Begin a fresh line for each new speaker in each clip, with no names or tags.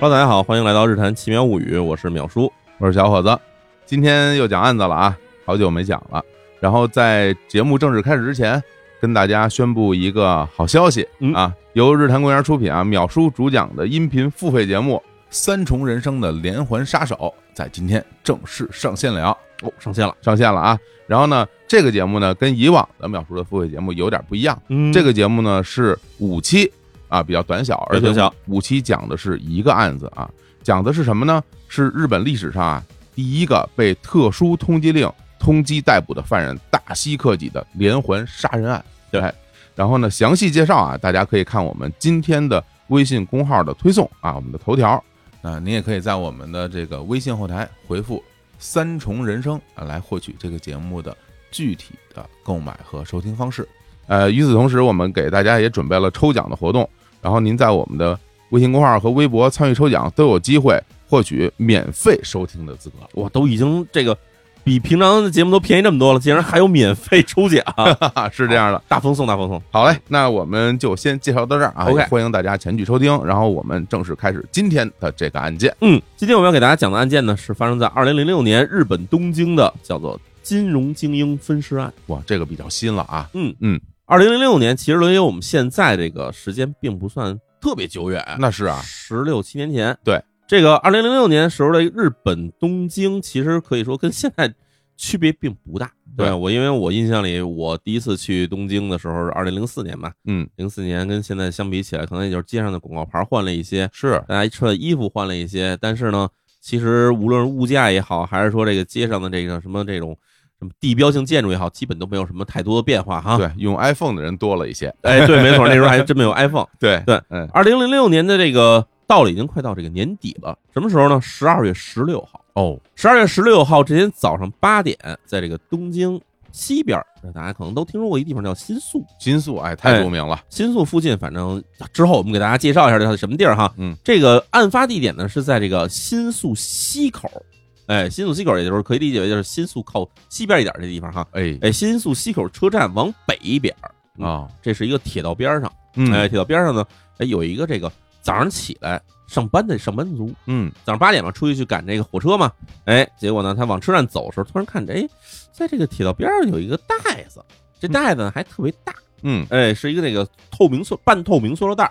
哈喽，大家好，欢迎来到《日谈奇妙物语》，我是淼叔。
我是小伙子，今天又讲案子了啊，好久没讲了。然后在节目正式开始之前，跟大家宣布一个好消息
嗯
啊，由日坛公园出品啊，淼叔主讲的音频付费节目《三重人生的连环杀手》在今天正式上线了。
哦，上线了，
上线了啊。然后呢，这个节目呢跟以往的秒叔的付费节目有点不一样，
嗯
这个节目呢是五期啊，比较短小，而
比较短
且
小
五期讲的是一个案子啊，讲的是什么呢？是日本历史上啊第一个被特殊通缉令通缉逮捕的犯人大西克己的连环杀人案。
对
哎，然后呢，详细介绍啊，大家可以看我们今天的微信公号的推送啊，我们的头条。啊，您也可以在我们的这个微信后台回复“三重人生”啊，来获取这个节目的具体的购买和收听方式。呃，与此同时，我们给大家也准备了抽奖的活动，然后您在我们的微信公号和微博参与抽奖，都有机会获取免费收听的资格。
我都已经这个比平常的节目都便宜这么多了，竟然还有免费抽奖，
哈哈，是这样的。
大风送大风送。
好嘞，那我们就先介绍到这儿啊。
OK
也欢迎大家前去收听，然后我们正式开始今天的这个案件。
嗯，今天我们要给大家讲的案件呢，是发生在二零零六年日本东京的，叫做金融精英分尸案。
哇，这个比较新了啊。
二零零六年其实轮于我们现在这个时间并不算特别久远，
那是啊，
十六七年前。
对，
这个二零零六年时候的日本东京，其实可以说跟现在区别并不大。
对
我，因为我印象里，我第一次去东京的时候是二零零四年吧，
嗯，
零四年跟现在相比起来，可能也就是街上的广告牌换了一些，
是
大家穿的衣服换了一些，但是呢，其实无论是物价也好，还是说这个街上的这个什么这种什么地标性建筑也好，基本都没有什么太多的变化哈。，
对，用 iPhone 的人多了一些。
哎，对，没错，那时候还真没有 iPhone。
对
对
嗯，
二零零六年的这个到了已经快到这个年底了，什么时候呢？十二月十六号。
哦，
十二月十六号这天早上八点，在这个东京西边儿，大家可能都听说过一地方叫新宿。
金素，哎，太著名了。
新宿附近，反正之后我们给大家介绍一下这是什么地儿哈。
嗯，
这个案发地点呢是在这个新宿西口，哎，新宿西口，也就是可以理解为就是新宿靠西边一点儿这地方哈。
哎
哎，新宿西口车站往北一边儿，
啊，
这是一个铁道边儿上。
嗯
哎，铁道边上呢，哎，有一个这个早上起来上班的上班族，
嗯，
早上八点嘛，出去去赶这个火车嘛，哎，结果呢，他往车站走的时候，突然看着，哎，在这个铁道边上有一个袋子，这袋子呢还特别大，
嗯
哎，是一个那个透明塑半透明塑料袋儿，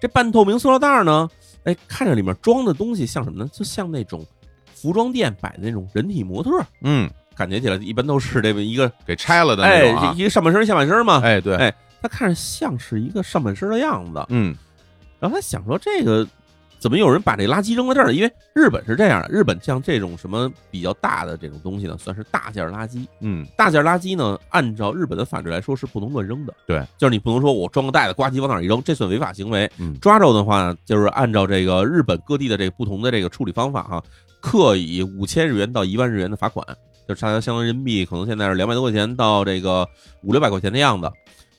这半透明塑料袋儿呢，哎，看着里面装的东西像什么呢？就像那种服装店摆的那种人体模特儿，
嗯，
感觉起来一般都是这么一个，
给拆了的那
哎，
种啊。
一个上半身下半身嘛，
哎，对，
哎他看着像是一个上半身的样子，
嗯，
然后他想说这个怎么有人把这垃圾扔在这儿呢？因为日本是这样的，日本像这种什么比较大的这种东西呢，算是大件儿垃圾。
嗯，
大件儿垃圾呢，按照日本的法律来说是不能乱扔的。
对，
就是你不能说我装个袋子，呱唧往哪儿一扔，这算违法行为。
嗯
抓着的话呢，就是按照这个日本各地的这个不同的这个处理方法哈、刻以五千日元到一万日元的罚款，就差相当于人民币可能现在是两百多块钱到这个五六百块钱的样子。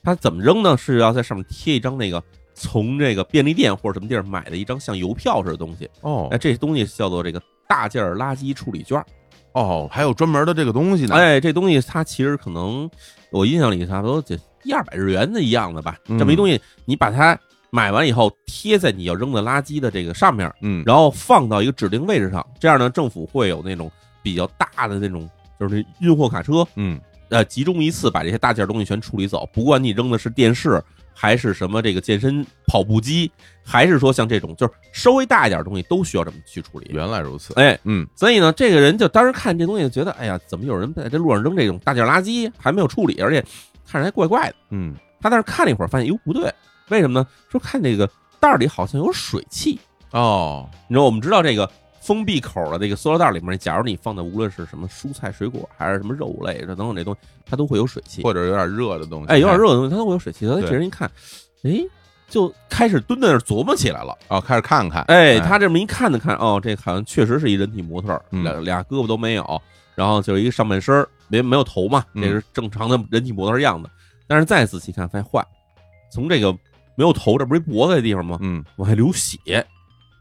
他怎么扔呢？是要在上面贴一张那个从这个便利店或者什么地儿买的一张像邮票似的东西。
哦
哎，这东西叫做这个大件儿垃圾处理券。
哦，还有专门的这个东西呢。
哎，这东西它其实可能我印象里差不多就一二百日元的一样的吧。这么一
嗯
东西，你把它买完以后贴在你要扔的垃圾的这个上面，
嗯，
然后放到一个指定位置上，这样呢，政府会有那种比较大的那种就是运货卡车，
嗯，
呃，集中一次把这些大件东西全处理走。不管你扔的是电视。还是什么这个健身跑步机，还是说像这种就是稍微大一点的东西都需要这么去处理。
原来如此。
哎，
嗯
所以呢，这个人就当时看这东西，就觉得哎呀，怎么有人在这路上扔这种大件垃圾，还没有处理，而且看着还怪怪的。
嗯，
他在那儿看了一会儿，发现哟不对，为什么呢？说看这个袋儿里好像有水汽。
哦，
你知道，我们知道这个封闭口的这个塑料袋里面，假如你放的无论是什么蔬菜、水果，还是什么肉类这等等这东西，它都会有水汽。
或者有点热的东西。
哎，有点热的东西，它都会有水汽。他
对
这人一看，哎，就开始蹲在那儿琢磨起来了。
哦，开始看看。
哎，他这么一看呢，看哦，这好像确实是一人体模特儿，
嗯
俩俩胳膊都没有，然后就是一个上半身儿没没有头嘛，这
嗯
是正常的人体模特儿样子。但是再仔细看，发现坏，从这个没有头，这不是一脖子的地方吗？
嗯，啊
我还流血，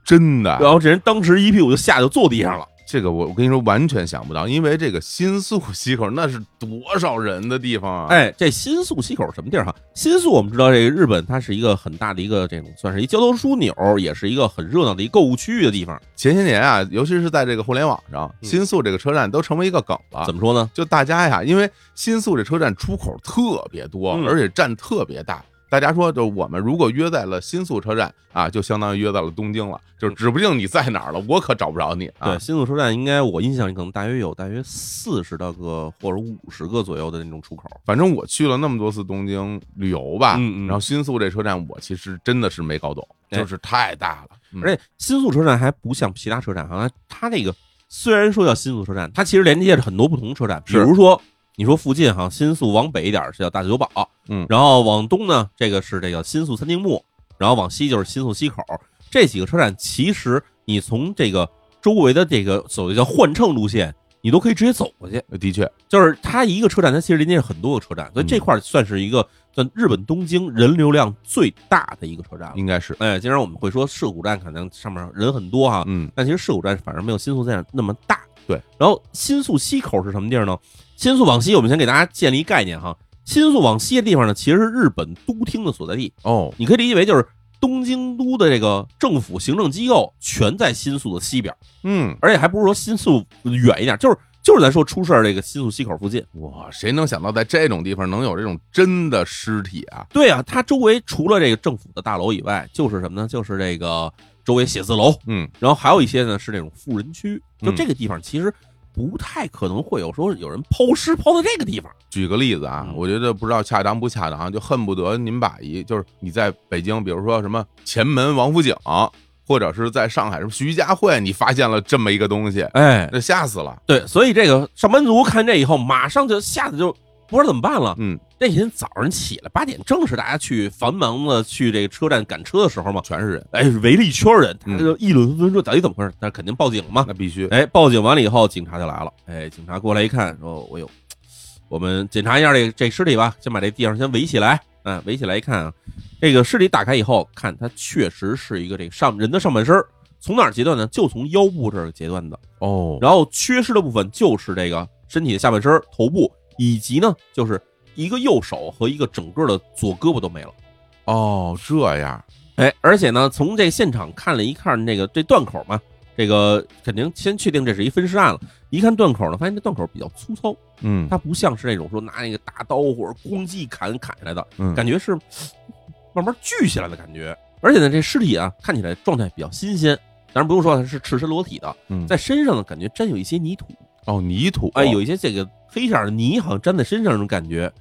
真的
然后这人当时一屁股就吓就坐地上了。
这个我我跟你说，完全想不到，因为这个新宿西口那是多少人的地方啊！，
哎，这新宿西口是什么地儿哈？新宿我们知道，这个日本它是一个很大的一个这种，算是一交通枢纽，也是一个很热闹的一购物区域的地方。
前些年啊，尤其是在这个互联网上，
嗯
新宿这个车站都成为一个梗了。
怎么说呢？
就大家呀，因为新宿这车站出口特别多，
嗯
而且站特别大。大家说，就我们如果约在了新宿车站啊，就相当于约在了东京了，就指不定你在哪儿了，我可找不着你啊
嗯对，。新宿车站应该我印象里可能大约有大约四十多个或者五十个左右的那种出口。
反正我去了那么多次东京旅游吧，
嗯嗯
然后新宿这车站我其实真的是没搞懂，
哎
就是太大了，嗯
而且新宿车站还不像其他车站，好像它这个虽然说叫新宿车站，它其实连接着很多不同车站，比
是
如说。你说附近哈，新宿往北一点是叫大久保，
嗯
然后往东呢，这个是这个新宿三丁目，然后往西就是新宿西口，这几个车站其实你从这个周围的这个所谓叫换乘路线，你都可以直接走过去，
哎的确，
就是它一个车站，它其实连接着很多个车站，所以这
嗯
块儿算是一个算日本东京人流量最大的一个车站了。
应该是，
哎，经常我们会说涉谷站可能上面人很多哈，
嗯，
但其实涉谷站反而没有新宿站那么大。
对，
然后新宿西口是什么地儿呢？新宿往西，我们先给大家建立一概念哈。新宿往西的地方呢，其实是日本都厅的所在地，
哦，
你可以理解为就是东京都的这个政府行政机构全在新宿的西边，
嗯，
而且还不是说新宿远一点，就是就是咱说出事儿这个新宿西口附近。
哇，谁能想到在这种地方能有这种真的尸体啊？
对啊，它周围除了这个政府的大楼以外，就是什么呢？就是这个周围写字楼，
嗯，
然后还有一些呢是那种富人区，就
嗯
这个地方其实不太可能会有说有人抛尸抛到这个地方。
举个例子啊
嗯，
我觉得不知道恰当不恰当，就恨不得您把一就是你在北京，比如说什么前门王府井，或者是在上海什么徐家汇，你发现了这么一个东西，
哎，
那吓死了。
对，所以这个上班族看这以后，马上就吓得就不知道怎么办了。
嗯，
那天早上起来八点，正是大家去繁忙的去这个车站赶车的时候嘛，
全是人，
哎，围了一圈人，
嗯
他就议论纷纷说到底怎么回事，那肯定报警嘛。
那必须。
哎，报警完了以后，警察就来了。哎，警察过来一看，说：“哎呦，我们检查一下这这尸体吧，先把这地上先围起来。”嗯，围起来一看啊，这个尸体打开以后，看它确实是一个这个上人的上半身儿，从哪儿截断呢？就从腰部这儿截断的。
哦，
然后缺失的部分就是这个身体的下半身儿、头部，以及呢，就是一个右手和一个整个的左胳膊都没了。
哦，这样，
哎，而且呢，从这现场看了一看这个这断口嘛，这个肯定先确定这是一分尸案了。一看断口呢，发现这断口比较粗糙，
嗯
它不像是那种说拿那个大刀或者公鸡砍砍下来的，
嗯
感觉是慢慢锯起来的感觉。而且呢，这尸体啊看起来状态比较新鲜，当然不用说是赤身裸体的，
嗯
在身上呢感觉沾有一些泥土，
哦泥土，
哎，有一些这个黑色的泥好像粘在身上那种感觉。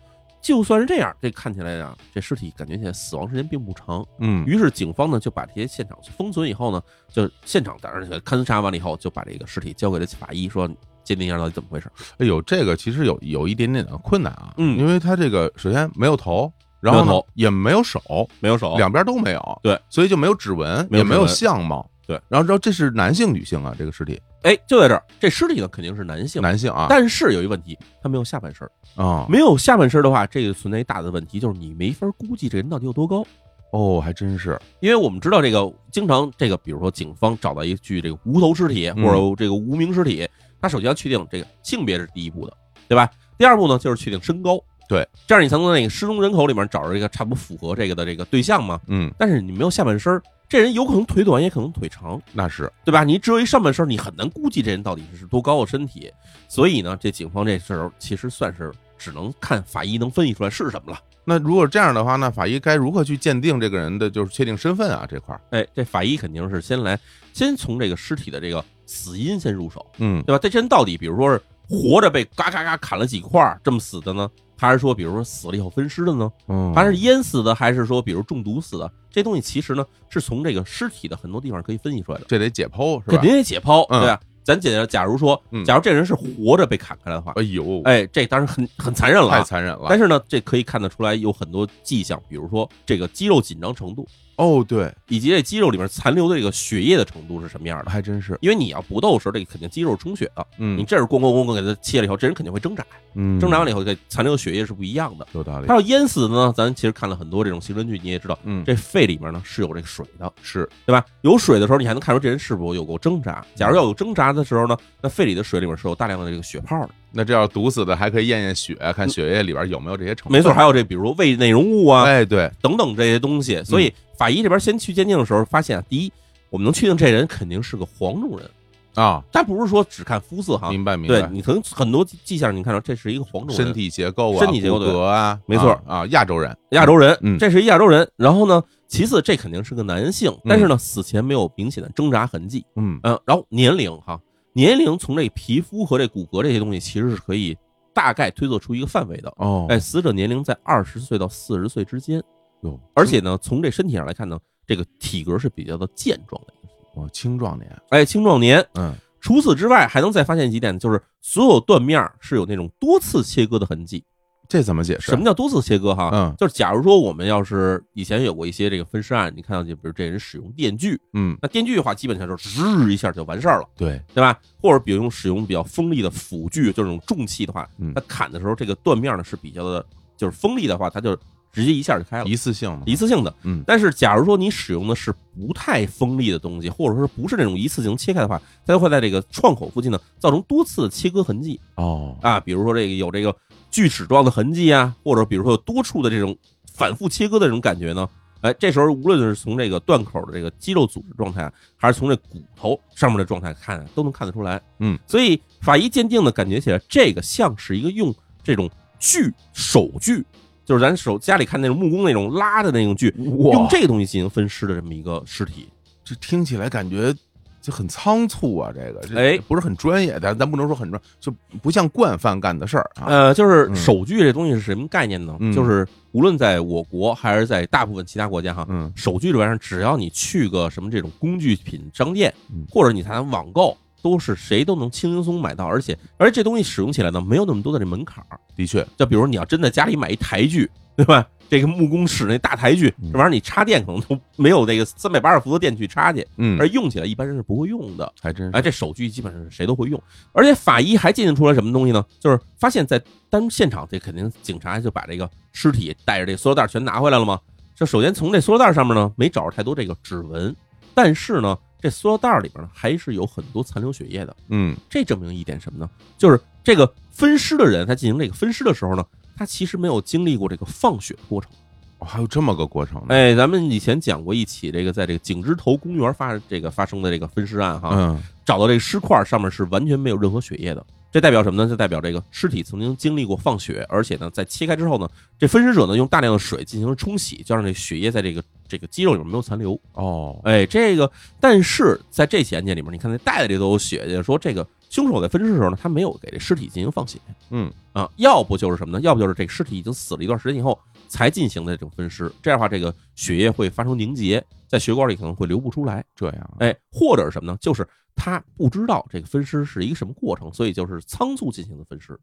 就算是这样，这看起来啊，这尸体感觉起来死亡时间并不长，
嗯
于是警方呢就把这些现场封存以后呢，就现场当然是勘察完了以后，就把这个尸体交给了法医，说鉴定一下到底怎么回事。
哎呦，这个其实有有一点点的困难啊，
嗯
因为它这个首先没有头，然
没有
后呢
头
也没有手，
没有手
两边都没有，
对，
所以就没有指纹，
没有
也没有
指纹
相貌，
对。
然后知道这是男性、女性啊，这个尸体，
哎，就在这儿，这尸体呢肯定是男性，
男性啊，
但是有一问题，他没有下半身儿。
啊，
没有下半身儿的话，这个存在一大的问题，就是你没法估计这人到底有多高。
哦，还真是，
因为我们知道这个，经常这个，比如说警方找到一具这个无头尸体
嗯
或者这个无名尸体，他首先要确定这个性别是第一步的，对吧？第二步呢就是确定身高，
对，
这样你才能在那个失踪人口里面找着一个差不多符合这个的这个对象嘛。
嗯，
但是你没有下半身儿，这人有可能腿短，也可能腿长，
那是，
对吧？你只有一上半身儿，你很难估计这人到底是多高的身体。所以呢，这警方这时候其实算是只能看法医能分析出来是什么了。
那如果这样的话，那法医该如何去鉴定这个人的，就是确定身份啊这块儿？
哎，这法医肯定是先来，先从这个尸体的这个死因先入手，
嗯，
对吧？这人到底，比如说是活着被嘎嘎嘎砍了几块儿这么死的呢，还是说，比如说死了以后分尸的呢？
嗯
还是淹死的，还是说，比如中毒死的？这东西其实呢，是从这个尸体的很多地方可以分析出来的，
这得解剖是
肯
吧？
定得解剖，
嗯
对啊吧？咱解，假如说
嗯，
假如这人是活着被砍开来的话，
哎呦，
哎，这当然很很残忍了
太
啊。
残忍了
但，是呢，这可以看得出来有很多迹象，比如说这个肌肉紧张程度，
哦，对，
以及这肌肉里面残留的这个血液的程度是什么样的。
还真是，
因为你要搏斗的时候，这个肯定肌肉是充血的，啊你
嗯
这是咣咣咣咣给它切了以后，这人肯定会挣扎，
嗯，
挣扎完了以后，这残留的血液是不一样的。
有道理
他，要淹死的呢，咱其实看了很多这种刑侦剧，你也知道，
嗯，
这肺里面呢是有这个水的，
是
对吧？有水的时候，你还能看出这人是否有过挣扎。假如要有挣扎的时候呢，那肺里的水里面是有大量的这个血泡的。
那这要毒死的还可以验验血，看血液里边嗯有没有啊这些成分。
没错，还有这比如胃内容物啊
哎，嗯对，
等等这些东西。所以法医这边先去鉴定的时候，发现啊第一，我们能确定这人肯定是个黄种人，
啊，
但不是说只看肤色哈。
明白明
对
白，
你可能很多迹象，你看到这是一个黄种人，
身体结构啊，
身体结构
骨
对
骼啊，
没错
啊啊，亚洲人，
亚洲人，
嗯
这是一亚洲人。然后呢，其次这肯定是个男性，但是呢，死前没有明显的挣扎痕迹。
嗯，
嗯，然后年龄哈，年龄从这皮肤和这骨骼这些东西其实是可以大概推测出一个范围的。
哦，
哎，死者年龄在二十岁到四十岁之间，
哟，
而且呢，从这身体上来看呢，这个体格是比较的健壮的。
我哦青壮年，
哎，青壮年。
嗯，
除此之外，还能再发现几点，就是所有断面儿是有那种多次切割的痕迹。
这怎么解释？
什么叫多次切割？哈，
嗯
就是假如说我们要是以前有过一些这个分尸案，你看到就比如这人使用电锯，
嗯，
那电锯的话基本上就是吱一下就完事儿了，
对，
对吧？或者比如用使用比较锋利的斧锯，就是这种重器的话，
嗯
它砍的时候这个断面呢是比较的，就是锋利的话，它就直接一下就开了。
一次性的，
一次性的，
嗯
但是假如说你使用的是不太锋利的东西，或者说是不是那种一次性切开的话，它就会在这个创口附近呢造成多次的切割痕迹。
哦，
啊，比如说这个有这个锯齿状的痕迹啊，或者比如说有多处的这种反复切割的这种感觉呢，哎，这时候无论是从这个断口的这个肌肉组织状态，啊还是从这骨头上面的状态看，啊都能看得出来。
嗯，
所以法医鉴定呢，感觉起来这个像是一个用这种锯手锯，就是咱手家里看那种木工那种拉的那种锯，用
哇，
这个东西进行分尸的这么一个尸体。
这听起来感觉。就很仓促啊，这个这
哎
不是很专业，咱咱不能说很专，就不像惯犯干的事儿啊。
呃，就是
嗯
手锯这东西是什么概念呢？
嗯
就是无论在我国还是在大部分其他国家哈，
嗯
手锯这玩意儿，只要你去个什么这种工具品商店
嗯，
或者你谈网购，都是谁都能轻轻松买到，而且而且这东西使用起来呢，没有那么多的这门槛儿。
的确，
就比如你要真的家里买一台锯，对吧？这个木工使那大台锯，
嗯
这玩意儿你插电可能都没有那个三百八十伏的电去插去，
嗯
而，用起来一般人是不会用的。
还真是，
哎，这手锯基本上是谁都会用，而且法医还鉴定出来什么东西呢？就是发现在当现场，这肯定警察就把这个尸体带着这塑料袋全拿回来了嘛。这首先从这塑料袋上面呢，没找着太多这个指纹，但是呢，这塑料袋里边呢还是有很多残留血液的。
嗯，
这证明一点什么呢？就是这个分尸的人，他进行这个分尸的时候呢，他其实没有经历过这个放血的过程。
哦还有这么个过程呢。
哎，咱们以前讲过一起这个在这个景芝头公园发这个发生的这个分尸案哈，
嗯，
找到这个尸块上面是完全没有任何血液的，这代表什么呢？这代表这个尸体曾经经历过放血，而且呢，在切开之后呢，这分尸者呢用大量的水进行了冲洗，就让这血液在这个这个肌肉里面没有残留。
哦，
哎，这个，但是在这起案件里面，你看那袋子里都有血，也就是说这个凶手在分尸的时候呢，他没有给这尸体进行放血。
嗯
啊，要不就是什么呢？要不就是这个尸体已经死了一段时间以后才进行的这种分尸，这样的话，这个血液会发生凝结，在血管里可能会流不出来。
这样啊，
哎，或者是什么呢？就是他不知道这个分尸是一个什么过程，所以就是仓促进行的分尸。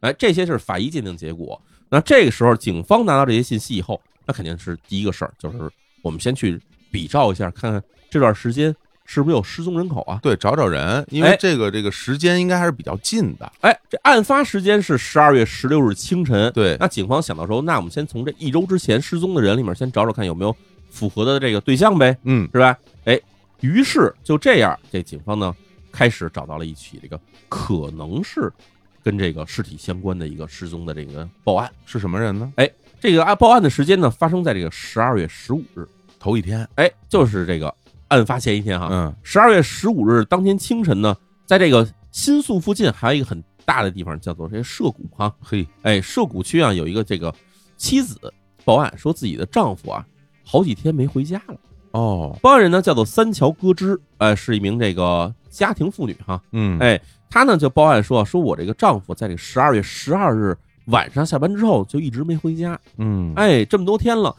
哎，这些是法医鉴定结果。那这个时候，警方拿到这些信息以后，那肯定是第一个事儿，就是我们先去比照一下，看看这段时间是不是有失踪人口啊？
对，找找人，因为
哎
这个这个时间应该还是比较近的。
哎，这案发时间是十二月十六日清晨。
对，
那警方想到说，那我们先从这一周之前失踪的人里面先找找看有没有符合的这个对象呗。
嗯，
是吧？哎，于是就这样，这警方呢开始找到了一起这个可能是跟这个尸体相关的一个失踪的这个报案。
哦哎是什么人呢？
这个案报案的时间呢发生在这个十二月十五日，
头一天，
哎，就是这个案发前一天哈。
嗯，
十二月十五日当天清晨呢，在这个新宿附近还有一个很大的地方叫做这个涉谷哈，
嘿，
哎，涉谷区啊有一个这个妻子报案说自己的丈夫啊好几天没回家了。
哦，
报案人呢叫做三桥歌之，呃，是一名这个家庭妇女哈，
嗯，
哎，她呢就报案说，说我这个丈夫在这十二月十二日晚上下班之后就一直没回家，
嗯，
哎，这么多天了，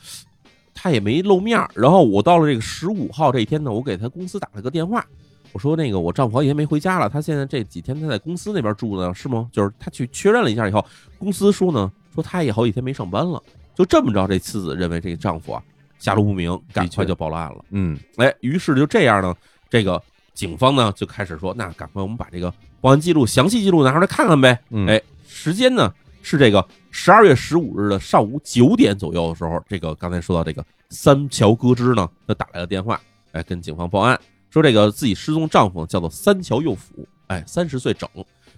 他也没露面儿。然后我到了这个十五号这一天呢，我给他公司打了个电话，我说那个我丈夫好几天没回家了，他现在这几天他在公司那边住呢，是吗？就是他去确认了一下以后，公司说呢，说他也好几天没上班了，就这么着，这妻子认为这个丈夫啊下落不明，赶
的确
快就报了案了。
嗯
哎，于是就这样呢，这个警方呢就开始说，那赶快我们把这个报案记录、详细记录拿出来看看呗。
嗯，
哎，时间呢是这个十二月十五日的上午九点左右的时候，这个刚才说到这个三桥歌之呢，他打来了电话，哎，跟警方报案说这个自己失踪丈夫叫做三桥佑辅，哎，三十岁整。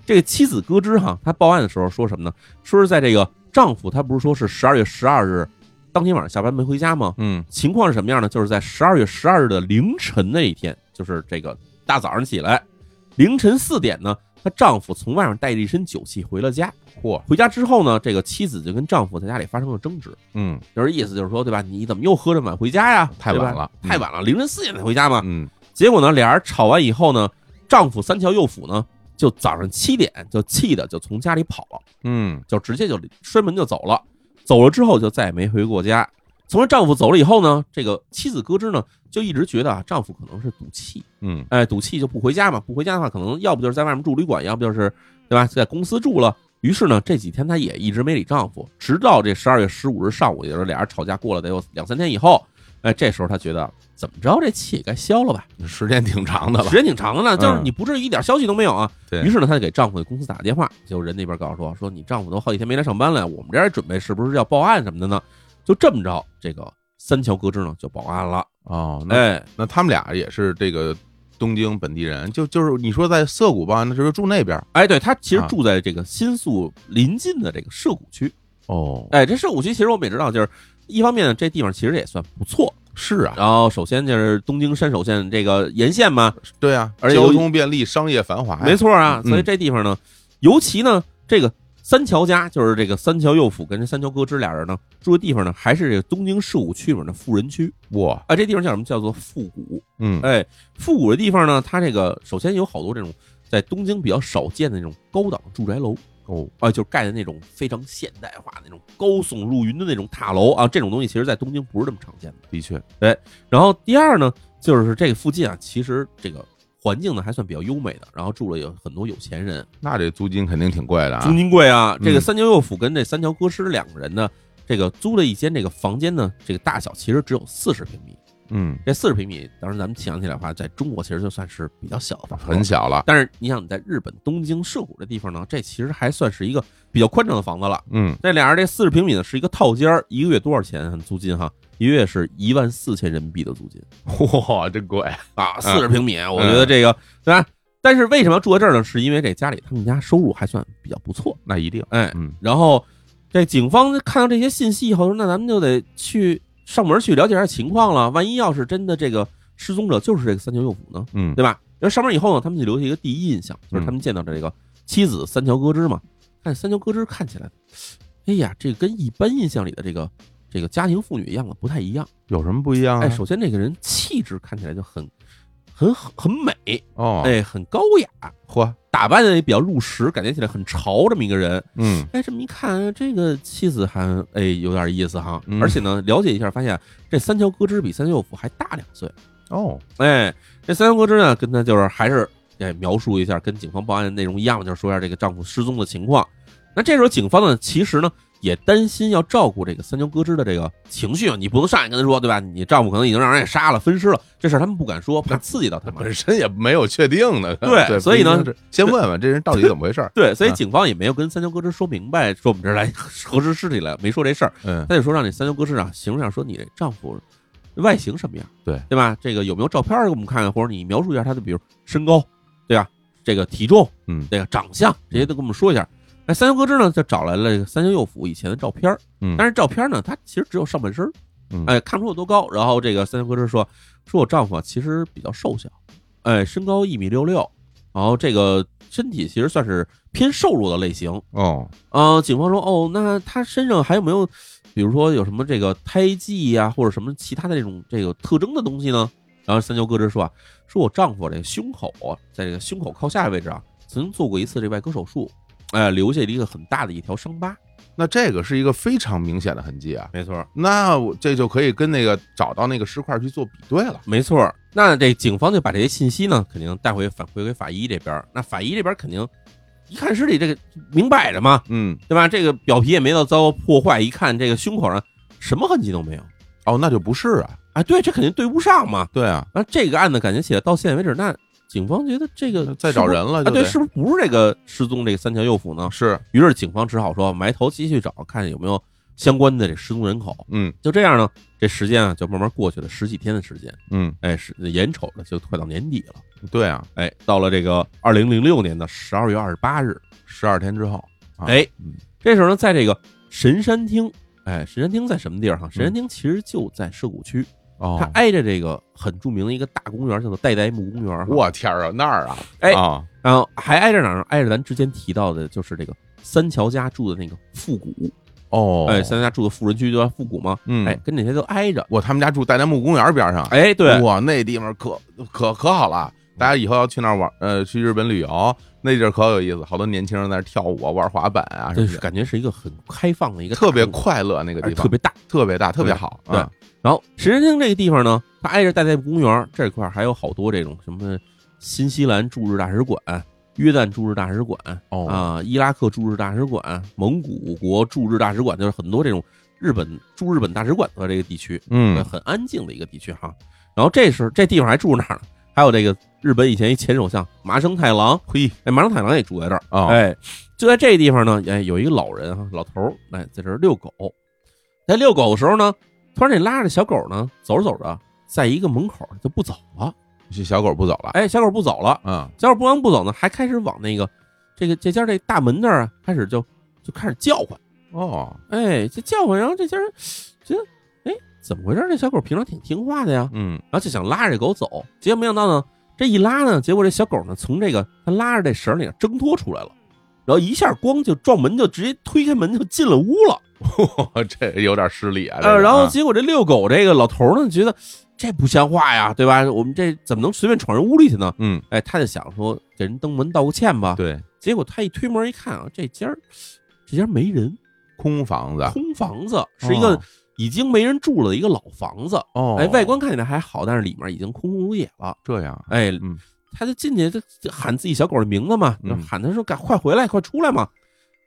这个妻子歌之哈，她报案的时候说什么呢？说是在这个丈夫，他不是说是十二月十二日当天晚上下班没回家吗？
嗯
情况是什么样呢？就是在十二月十二日的凌晨那一天，就是这个大早上起来，凌晨四点呢，她丈夫从外面带着一身酒气回了家。
嚯，
回家之后呢，这个妻子就跟丈夫在家里发生了争执，
嗯
就是意思就是说，对吧？你怎么又喝这么晚回家呀？
太晚
对吧
了嗯
太晚了，凌晨四点才回家嘛。
嗯
结果呢，俩人吵完以后呢，丈夫三桥右辅呢，就早上七点就气的就从家里跑了。
嗯
就直接就摔门就走了。走了之后就再也没回过家。从这丈夫走了以后呢，这个妻子歌之呢就一直觉得啊，丈夫可能是赌气，
嗯
哎，赌气就不回家嘛，不回家的话，可能要不就是在外面住旅馆，要不就是对吧，在公司住了。于是呢，这几天她也一直没理丈夫，直到这十二月十五日上午，也就是俩人吵架过了得有两三天以后，哎，这时候她觉得怎么着这气也该消了吧，
时间挺长的了
时，间挺长的呢，就是
嗯
你不至于一点消息都没有啊。
对
于是呢，她就给丈夫的公司打了电话，结果人那边告诉说，说你丈夫都好几天没来上班了，我们这儿准备是不是要报案什么的呢？就这么着，这个三桥歌之呢就报案了。
哦，那
哎，
那他们俩也是这个东京本地人，就就是你说在涩谷吧，那就是住那边儿
哎，对，她其实
啊
住在这个新宿临近的这个涉谷区。
哦，
哎，这涉谷区其实我们也知道，就是一方面这地方其实也算不错，
是啊，
然后首先就是东京山手线这个沿线嘛，
对啊，
而且
交
有
通便利，商业繁华呀，
没错啊，
嗯
所以这地方呢，尤其呢，这个三桥家就是这个三桥右辅跟这三桥歌之俩人呢住的地方呢，还是这个东京市五区里面的富人区
哇，
啊。这地方叫什么？叫做复古。
嗯
哎，复古的地方呢，它这个首先有好多这种在东京比较少见的那种高档住宅楼。
哦，
啊，就是盖的那种非常现代化、那种高耸入云的那种塔楼啊，这种东西其实在东京不是这么常见的。哎
的确，
然后第二呢，就是这个附近啊，其实这个环境呢还算比较优美的，然后住了有很多有钱人，
那这租金肯定挺贵的啊
租，金贵啊。这个
嗯
三桥右辅跟这三桥歌师两个人呢，这个租了一间这个房间呢，这个大小其实只有四十平米。
嗯，
这四十平米，当然咱们想起来的话，在中国其实就算是比较小的房子了
很。小了，
但是你想，你在日本东京涉谷这地方呢，这其实还算是一个比较宽敞的房子了。
嗯，
这俩人这四十平米呢是一个套间儿，一个月多少钱啊租金哈？一个月是一万四千人民币的租金
哇，真贵，
啊，四十平米，我觉
嗯
得这个对吧？但是为什么要住在这儿呢？是因为这家里他们家收入还算比较不错，
那一定，
哎，
嗯
然后这警方看到这些信息以后，说那咱们就得去上门去了解一下情况了。万一要是真的这个失踪者就是这个三桥右辅呢，
嗯
对吧？然后上门以后呢，他们就留下一个第一印象，就是他们见到这个妻子三桥歌之嘛，看三桥歌之看起来，哎呀，这跟一般印象里的这个这个家庭妇女样子不太一样。
有什么不一样啊？
哎，首先这个人气质看起来就很很很美，
哦，
哎，很高雅，
嚯，
打扮的也比较入时，感觉起来很潮这么一个人。
嗯
哎，这么一看，这个妻子还哎有点意思哈。
嗯
而且呢，了解一下发现，这三桥歌之比三桥右辅还大两岁。
哦，
哎，这三桥歌之呢，跟他就是还是哎描述一下，跟警方报案的内容一样，就是说一下这个丈夫失踪的情况。那这时候警方呢，其实呢也担心要照顾这个三桥歌之的这个情绪，啊你不能上来跟他说，对吧？你丈夫可能已经让人给杀了、分尸了，这事儿他们不敢说，怕刺激到他们。
本身也没有确定的，
对所以呢，，
不一定是先问问这人到底怎么回事儿
对，所以
啊
警方也没有跟三桥歌之说明白，说我们这儿来核实尸体来了，没说这事儿。
嗯
他就说让你三牛哥市长啊形容一下，说你这丈夫外形什么样，
对
对吧？这个有没有照片儿给我们看看，或者你描述一下他的，比如身高，对吧？这个体重，
嗯
这个长相，这些都跟我们说一下。那三牛哥之呢，就找来了这个三桥右辅以前的照片儿，
嗯
但是照片呢，他其实只有上半身儿，
嗯
哎，看不出有多高。然后这个三桥哥之说，说我丈夫啊其实比较瘦小，哎，身高一米六六，然后这个身体其实算是偏瘦弱的类型，
哦，
啊、警方说，哦，那他身上还有没有，比如说有什么这个胎记呀、或者什么其他的这种这个特征的东西呢？然后三桥歌之说啊，说我丈夫这个胸口啊，在这个胸口靠下的位置啊，曾经做过一次这外科手术，哎、留下了一个很大的一条伤疤。
那这个是一个非常明显的痕迹啊，
没错，
那我这就可以跟那个找到那个尸块去做比对了，
没错。那这警方就把这些信息呢，肯定带回反馈给法医这边儿。那法医这边儿肯定一看尸体，这个明摆着嘛，
嗯，
对吧？这个表皮也没到遭破坏，一看这个胸口上什么痕迹都没有。
哦，那就不是啊，
啊，对，这肯定对不上嘛。
对啊，
然后这个案子感觉起来到现在为止，那警方觉得这个
再
是不
找
是
人了
啊，
就
对，
得
是不是不是这个失踪这个三桥右辅呢？
是，
于是警方只好说埋头继续找，看有没有相关的这失踪人口。
嗯
就这样呢，这时间啊就慢慢过去了，十几天的时间，
嗯，
哎，是眼瞅着就快到年底了，
对啊，
哎，到了这个二零零六年的十二月二十八日，
十二天之后，啊
哎
嗯，
这时候呢，在这个神山町，哎，神山町在什么地儿哈？神
嗯
山町其实就在涉谷区，它
哦，
挨着这个很著名的一个大公园，叫做代代木公园哈。
我天儿啊，那儿啊，
哎
啊
然后还挨着哪儿呢？挨着咱之前提到的，就是这个三桥家住的那个复古，
哦，
哎，三桥家住的富人区就叫复古嘛，
嗯，
哎，，跟这些都挨着。
我他们家住代代木公园边上，
哎，对，嗯
哇，那地方可可可好了。啊大家以后要去那儿玩，呃，去日本旅游，那地儿可有意思，好多年轻人在那儿跳舞啊、玩滑板啊什
就
么
是
的，
哎感觉是一个很开放的一个
特别
大陆
快乐那个
而
地
哎特
方，
别大。
特别大，特别好。
对
啊
然后神山町这个地方呢，它挨着代代木公园这块儿还有好多这种什么新西兰驻日大使馆、约旦驻日大使馆
哦
啊、伊拉克驻日大使馆、蒙古国驻日大使馆，就是很多这种日本驻日本大使馆的这个地区，
嗯，
很安静的一个地区哈。然后这时候这地方还住哪儿呢？还有这个日本以前一前首相麻生太郎，
嘿，
哎，麻生太郎也住在这儿。
哦，
哎，就在这地方呢，哎，有一个老人哈，老头儿，哎，在这儿遛狗，在遛狗的时候呢，突然这拉着小狗呢，走着走着，在一个门口就不走了，
这小狗不走了，
哎，小狗不走了，
嗯，
小狗不光不走呢，还开始往那个这个这家这大门那儿啊，开始就就开始叫唤，
哦，
哎，这叫唤，然后这家人觉得，哎，怎么回事？这小狗平常挺听话的呀，
嗯，
然后就想拉着这狗走，结果没想到呢，这一拉呢，结果这小狗呢从这个它拉着这绳里挣脱出来了，然后一下咣就撞门，就直接推开门就进了屋了。
这有点失礼啊。这
呃，
个
然后
啊
结果这遛狗这个老头呢觉得这不像话呀，对吧？我们这怎么能随便闯人屋里去呢？
嗯，
哎，他就想说给人登门道个歉吧。
对，
结果他一推门一看啊，这家儿这家儿没人，
空房子
空房子，是一个
哦
已经没人住了的一个老房子。
哦，
哎，外观看起来还好，但是里面已经空空如也了。
这样，
哎，
嗯
他就进去，就就喊自己小狗的名字嘛，就
嗯
喊他说：“赶快回来，快出来嘛！”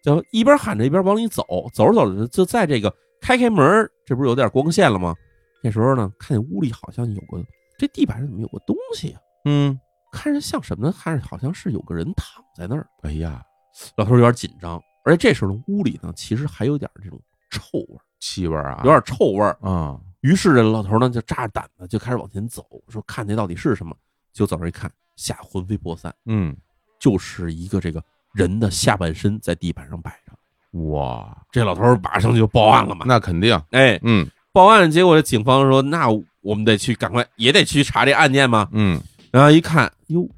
就一边喊着一边往里走，走着走着就在这个开开门儿，这不是有点光线了吗？这时候呢，看见屋里好像有个这地板上怎么有个东西啊？
嗯，
看着像什么呢？看着好像是有个人躺在那儿。
哎呀，
老头儿有点紧张，而且这时候呢屋里呢其实还有点这种臭味儿，
气味儿啊，
有点臭味儿。
嗯，
于是这老头呢就扎着胆子就开始往前走，说看这到底是什么。就走这一看，吓魂飞魄散。
嗯，
就是一个这个人的下半身在地板上摆着。
哇，
这老头儿马上就报案了嘛？
那肯定，
哎，
嗯
报案，结果警方说，那我们得去，赶快也得去查这案件嘛。
嗯，
然后一看，哟，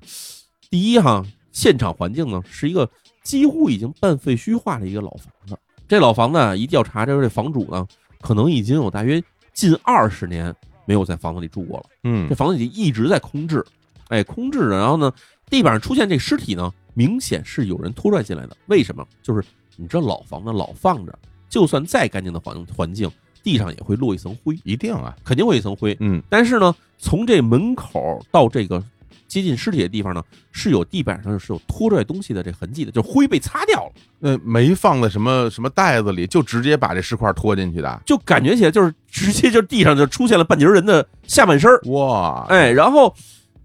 第一哈，现场环境呢是一个几乎已经半废墟化的一个老房子。这老房子啊一调查，这这房主呢，可能已经有大约近二十年没有在房子里住过了。
嗯
这，房子已经一直在空置，哎，空置着。然后呢，地板上出现这尸体呢，明显是有人拖拽进来的。为什么？就是你这老房子老放着，就算再干净的环环境，地上也会落一层灰，
一定啊，
肯定会有一层灰。
嗯，
但是呢，从这门口到这个接近尸体的地方呢，是有地板上是有拖拽东西的这痕迹的，就是灰被擦掉了，
那没放在什么什么袋子里，就直接把这尸块拖进去的，
就感觉起来就是直接就地上就出现了半截人的下半身儿。
哇，，
哎，然后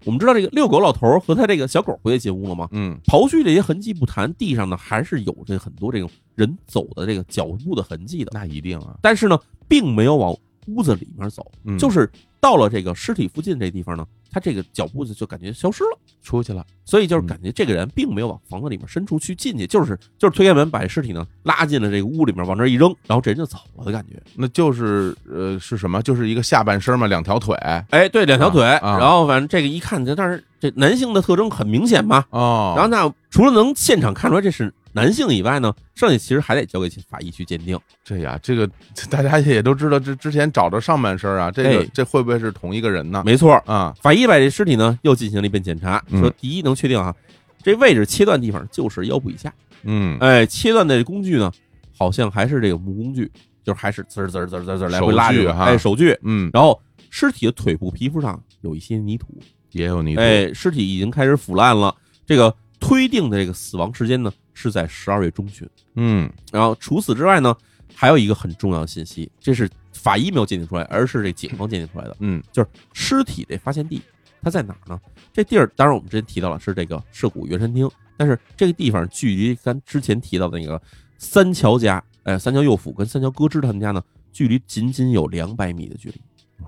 我们知道这个遛狗老头儿和他这个小狗不也进屋了吗？
嗯，
刨去这些痕迹不谈，地上呢还是有这很多这种人走的这个脚步的痕迹的，
那一定啊，
但是呢，并没有往屋子里面走，
嗯
就是到了这个尸体附近这地方呢，他这个脚步就就感觉消失了，
出去了，
所以就是感觉这个人并没有往房子里面深处去进去，就是就是推开门把尸体呢拉进了这个屋里面，往这儿一扔，然后这人就走了的感觉。
那就是呃是什么？就是一个下半身嘛，两条腿，
哎，对，两条腿，
啊啊
然后反正这个一看，这但是这男性的特征很明显嘛，
哦，
然后那除了能现场看出来这是男性以外呢，剩下其实还得交给法医去鉴定。
这呀，这个 大家也都知道，这之前找着上半身啊，这个、
哎
这会不会是同一个人呢？
没错，
啊，
法医把这尸体呢又进行了一遍检查，
嗯
说第一能确定啊，这位置切断地方就是腰部以下，
嗯，
哎，切断的工具呢好像还是这个木工具，就是还是滋儿滋儿滋儿滋儿滋儿来回拉
手
锯
锯哈
哎，手锯。
嗯，
然后尸体的腿部皮肤上有一些泥土，
也有泥土，
哎，尸体已经开始腐烂了。这个推定的这个死亡时间呢是在十二月中旬。
嗯，
然后除此之外呢，还有一个很重要的信息，这是法医没有鉴定出来，而是这警方鉴定出来的。
嗯
就是尸体这发现地，它在哪儿呢？这地儿当然我们之前提到了是这个涉谷圆山町，但是这个地方距离咱之前提到的那个三桥家，哎，三桥右辅跟三桥歌之他们家呢，距离仅仅有两百米的距离，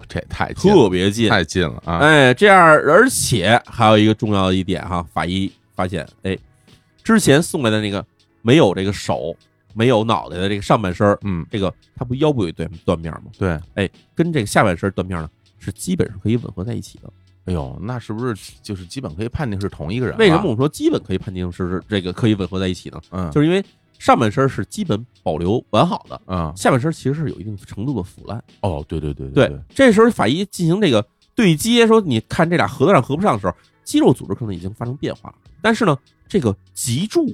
这也太近了
特别近。
太近了啊！
哎，这样，而且还有一个重要的一点哈，法医发现，哎，之前送来的那个没有这个手、没有脑袋的这个上半身儿，
嗯，
这个它不腰部有断断面吗？
对，
跟这个下半身断面呢是基本上可以吻合在一起的。
哎呦，那是不是就是基本可以判定是同一个人了？
为什么我们说基本可以判定是这个可以吻合在一起呢？
嗯，
就是因为上半身是基本保留完好的，
嗯，
下半身其实是有一定程度的腐烂。
哦，对对对
对
对，，
这时候法医进行这个对接，说你看这俩合得上合不上的时候，肌肉组织可能已经发生变化了。但是呢，这个脊柱，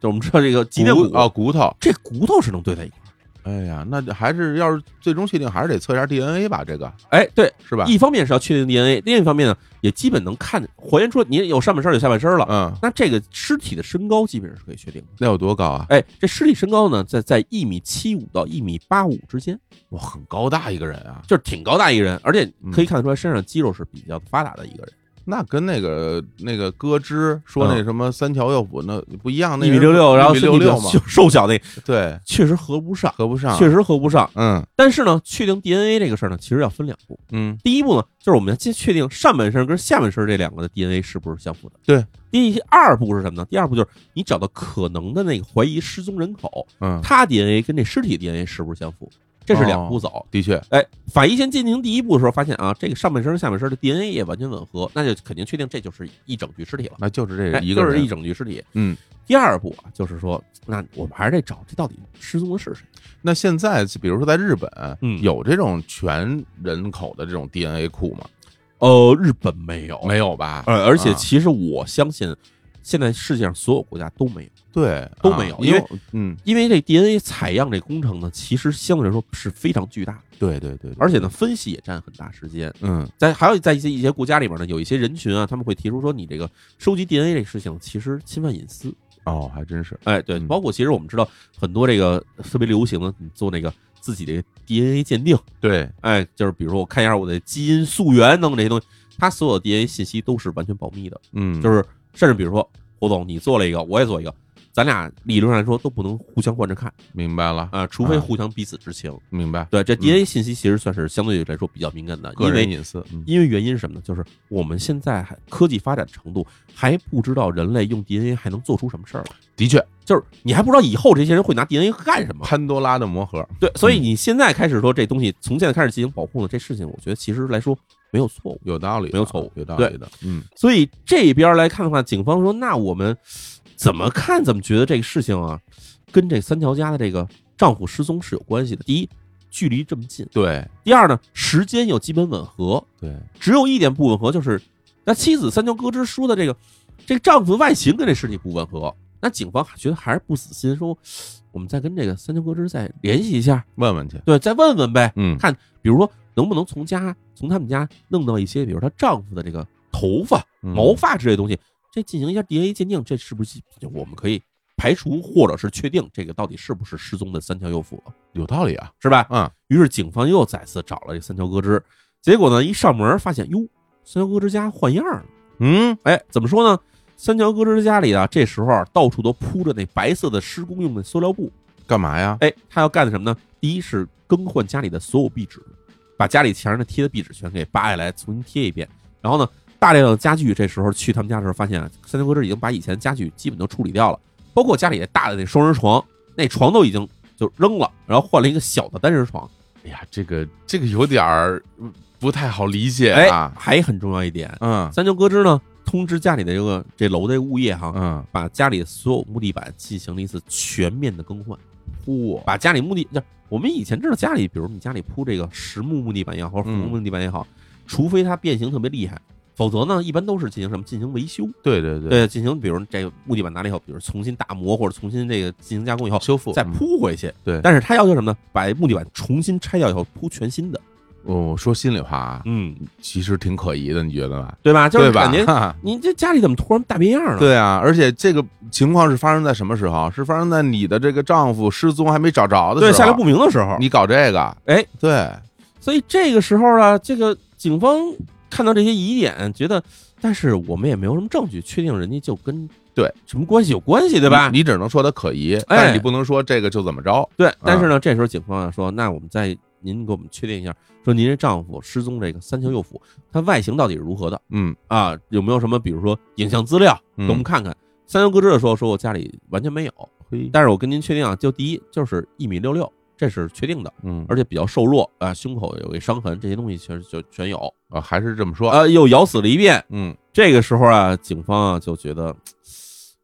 就我们知道这个脊梁骨
骨哦，骨头。
这骨头是能对在一块儿。
哎呀，那就还是要是最终确定，还是得测一下 DNA 吧，这个
哎，对，
是吧？
一方面是要确定 DNA，另一方面呢，也基本能看还原出你有上半身有下半身了。
嗯，
那这个尸体的身高基本上是可以确定的。
那有多高 啊？
哎，这尸体身高呢，在在一米七五到一米八五之间，
哇，很高大一个人啊！
就是挺高大一个人，而且可以看得出来身上肌肉是比较发达的一个人，
那跟那个那个歌之说那
嗯
什么三桥右辅那不一样，那
一米
人
六六，然后
一米
身
六
体比较
六嘛，
瘦瘦小那个
对，
确实合不上，
合不上。
确实合不上。
嗯
但是呢，确定 DNA 这个事儿呢，其实要分两步。
嗯，
第一步呢，就是我们要先确定上半身跟下半身这两个的 DNA 是不是相符的。
对。
第二步是什么呢？第二步就是你找到可能的那个怀疑失踪人口，
嗯，
他 DNA 跟这尸体 DNA 是不是相符？这是两步走。
的确，
哎，法医先进行第一步的时候，发现啊，这个上半身、下半身的 DNA 也完全吻合，那就肯定确定这就是一整具尸体了，
那就是这
哎
一个
就是
人，
一整具尸体。
嗯，
第二步啊，就是说，那我们还是得找这到底失踪的是谁。
那现在比如说在日本，
嗯
有这种全人口的这种 DNA 库吗？
呃，日本没有，
没有吧？
呃，而且
啊
其实我相信，现在世界上所有国家都没有，
对
都
啊
没有
因为
因
嗯，
因为这 DNA 采样这工程呢，其实相对来说是非常巨大的，
对对对，对
而且呢，分析也占很大时间。
嗯
在还有在一些一些国家里边呢，有一些人群啊，他们会提出说，你这个收集 DNA 这个事情其实侵犯隐私。
哦，还真是
哎，对，
嗯
包括其实我们知道很多这个特别流行的，你做那个自己的 DNA 鉴定，
对
哎，就是比如说我看一下我的基因溯源等等这些东西，它所有的 DNA 信息都是完全保密的，
嗯，
就是甚至比如说胡总你做了一个，我也做一个，咱俩理论上来说都不能互相换着看
明白了，
啊、除非
啊
互相彼此知情。
明白，
对，这
嗯
DNA 信息其实算是相对来说比较敏感的，
个
因为
人隐私，嗯
因为原因是什么呢？就是我们现在还科技发展程度还不知道人类用 DNA 还能做出什么事儿来，
的确，
就是你还不知道以后这些人会拿 DNA 干什么。嗯
潘多拉的魔盒，
对，所以你现在开始说这东西从现在开始进行保护呢，这事情我觉得其实来说没有错误。
有道理的，啊
没有错误
有道
对
理的，嗯
所以这边来看的话，警方说，那我们怎么看怎么觉得这个事情啊，跟这三桥家的这个丈夫失踪是有关系的。第一，距离这么近；
对
第二呢，时间又基本吻合，
对，
只有一点不吻合，就是那妻子三桥歌之说的这个，这个丈夫的外形跟这尸体不吻合。那警方觉得还是不死心，说我们再跟这个三桥歌之再联系一下，
问问去，
对，再问问呗。
嗯
看比如说能不能从家从他们家弄到一些，比如她丈夫的这个头发、
嗯
毛发之类的东西，这进行一下 DNA 鉴定，这是不是我们可以排除或者是确定这个到底是不是失踪的三桥右辅了，
有道理啊，
是吧？
嗯，
于是警方又再次找了这三桥歌之，结果呢，一上门发现，哟，三桥歌之家换样了。
嗯，
哎，怎么说呢？三桥歌之家里啊，这时候啊，到处都铺着那白色的施工用的塑料布。
干嘛呀？
哎，他要干的什么呢？第一是更换家里的所有壁纸，把家里墙上的贴的壁纸全给扒下来，重新贴一遍。然后呢，大量的家具，这时候去他们家的时候，发现啊，三桥歌之已经把以前家具基本都处理掉了，包括家里大的那双人床，那床都已经就扔了，然后换了一个小的单人床。
哎呀，这个这个有点儿嗯不太好理解
哎，
啊，
还很重要一点，
嗯
三桥歌之呢通知家里的这个这楼的物业哈，
嗯，
把家里所有木地板进行了一次全面的更换，
嚯，
把家里木地就我们以前知道家里，比如你家里铺这个实木木地板也好，或者
嗯
红木地板也好，除非它变形特别厉害，否则呢一般都是进行什么进行维修，
对对对，
对，进行比如这个木地板拿了以后，比如重新打磨或者重新这个进行加工以后
修复
再
嗯
铺回去。
对
但是他要求什么呢？把木地板重新拆掉以后铺全新的。
我说心里话啊，
嗯，
其实挺可疑的，你觉得吧？
对吧？就是
对
感觉
吧？
你这家里怎么突然大变样了？
对啊，而且这个情况是发生在什么时候？是发生在你的这个丈夫失踪还没找着的时候，
对，下落不明的时候，
你搞这个，
哎，
对，
所以这个时候啊，这个警方看到这些疑点，觉得，但是我们也没有什么证据确定人家就跟
对
什么关系有关系，对吧？
你你只能说他可疑，但
哎
是你不能说这个就怎么着。
对，啊但是呢，这时候警方啊说，那我们再您给我们确定一下，说您这丈夫失踪这个三桥右辅，他外形到底是如何的
嗯
啊？有没有什么比如说影像资料给
嗯，
我们看看？三桥哥知的说，说我家里完全没有，
嘿
但是我跟您确定啊，就第一就是一米六六，这是确定的，
嗯，
而且比较瘦弱啊，胸口有一伤痕，这些东西全全全有。
啊，还是这么说，
啊，又咬死了一遍。
嗯，
这个时候啊，警方啊就觉得，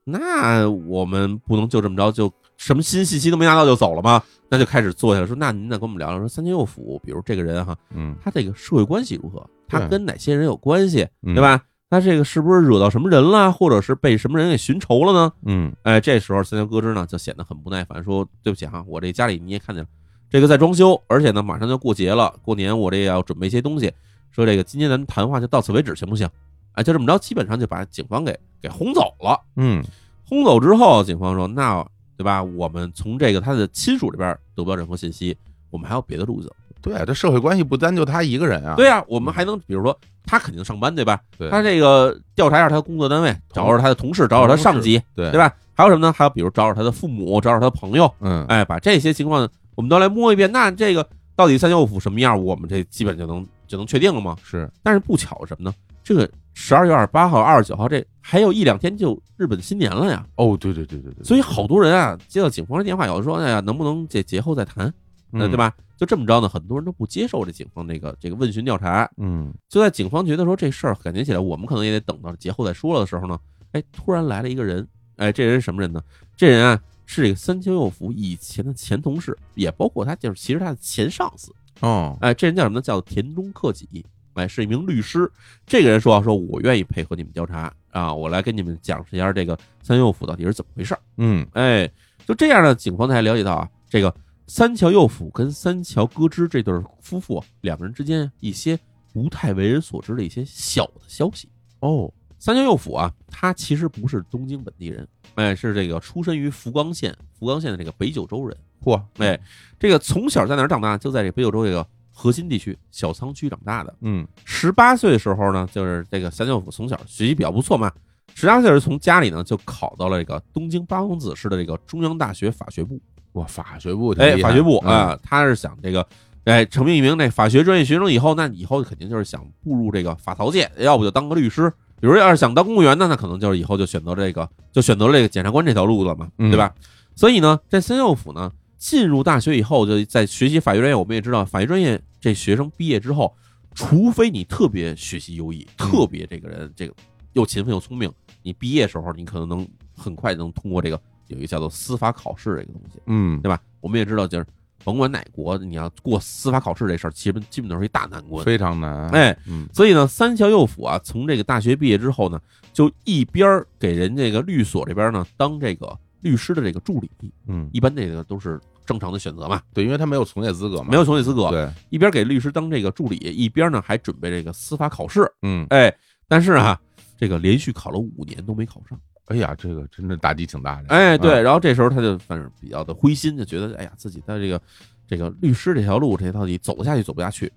那我们不能就这么着，就什么新信息都没拿到就走了吗？那就开始坐下来说，那您再跟我们聊聊，说三千右府，比如这个人哈，
嗯，
他这个社会关系如何？他
对嗯
跟哪些人有关系，
对
对？吧？他这个是不是惹到什么人了，或者是被什么人给寻仇了呢？
嗯
哎，这时候三桥歌之呢就显得很不耐烦，说：“对不起哈，我这家里你也看见了，这个在装修，而且呢马上就过节了，过年我这也要准备一些东西，说这个今天咱们谈话就到此为止，行不行？”哎，就这么着，基本上就把警方给给轰走了。
嗯
轰走之后，警方说：“那对吧？我们从这个他的亲属这边得不到任何信息，我们还有别的路子。
对，啊这社会关系不单就他一个人啊，
对呀、我们还能比如说他肯定上班对吧？
对
他这个调查一下他的工作单位，找找他的同事，找找他上级，
对
对？吧？还有什么呢？还有比如找找他的父母，找找他的朋友。”
嗯，
哎，把这些情况我们都来摸一遍，那这个到底三舅府什么样，我们这基本就能就能确定了嘛。
是，
但是不巧什么呢？这个十二月二十八号、二十九号，这还有一两天就日本新年了呀，
哦，对对对对对，
所以好多人啊接到警方的电话，有的说，哎呀，能不能这节后再谈，
嗯
那对？吧？就这么着呢，很多人都不接受这警方这个这个问询调查。
嗯
就在警方觉得说这事儿感觉起来，我们可能也得等到节后再说了的时候呢，哎，突然来了一个人，哎，这人是什么人呢？这人啊是这个三清右辅以前的前同事，也包括他就是其实他的前上司，
哦，
哎，这人叫什么呢？叫田中克己，哎，是一名律师。这个人说啊，说我愿意配合你们调查啊，我来跟你们讲述一下这个三右辅到底是怎么回事儿。
嗯
哎，就这样呢，警方才了解到啊，这个三桥右辅跟三桥歌之这对夫妇两个人之间一些不太为人所知的一些小的消息。
哦，
三桥右辅啊，他其实不是东京本地人，哎，是这个出身于福冈县，福冈县的这个北九州人。
嚯，
哎，这个从小在哪儿长大？就在这北九州这个核心地区小仓区长大的。
嗯
十八岁的时候呢，就是这个三舅父从小学习比较不错嘛，十八岁是从家里呢就考到了这个东京八王子市的这个中央大学法学部，
哇，法学部挺
哎，
厉害
法学部，
嗯
啊、他是想这个，哎，成为一名那法学专业学生以后，那以后肯定就是想步入这个法曹界，要不就当个律师，比如要是想当公务员呢，那可能就是以后就选择这个，就选择了这个检察官这条路了嘛，
嗯
对吧？所以呢，这三舅父呢，进入大学以后，就在学习法学专业，我们也知道，法学专业这学生毕业之后，除非你特别学习优异，
嗯
特别这个人这个又勤奋又聪明，你毕业时候你可能能很快能通过这个有一个叫做司法考试这个东西。
嗯
对吧？我们也知道，就是甭管哪国，你要过司法考试这事儿，其实基本都是一大难关。
非常难，，
哎，
嗯
所以呢，三桥右辅啊，从这个大学毕业之后呢，就一边儿给人这个律所这边呢当这个律师的这个助理，
嗯，
一般这个都是正常的选择嘛，
对，因为他没有从业资格嘛，
没有从业资格，
对，
一边给律师当这个助理，一边呢还准备这个司法考试。
嗯，
哎，但是啊，这个连续考了五年都没考上。
哎呀，这个真的打击挺大的，
哎，对，
嗯，
然后这时候他就反正比较的灰心，就觉得哎呀，自己的这个这个律师这条路，这到底走不下去，走不下去。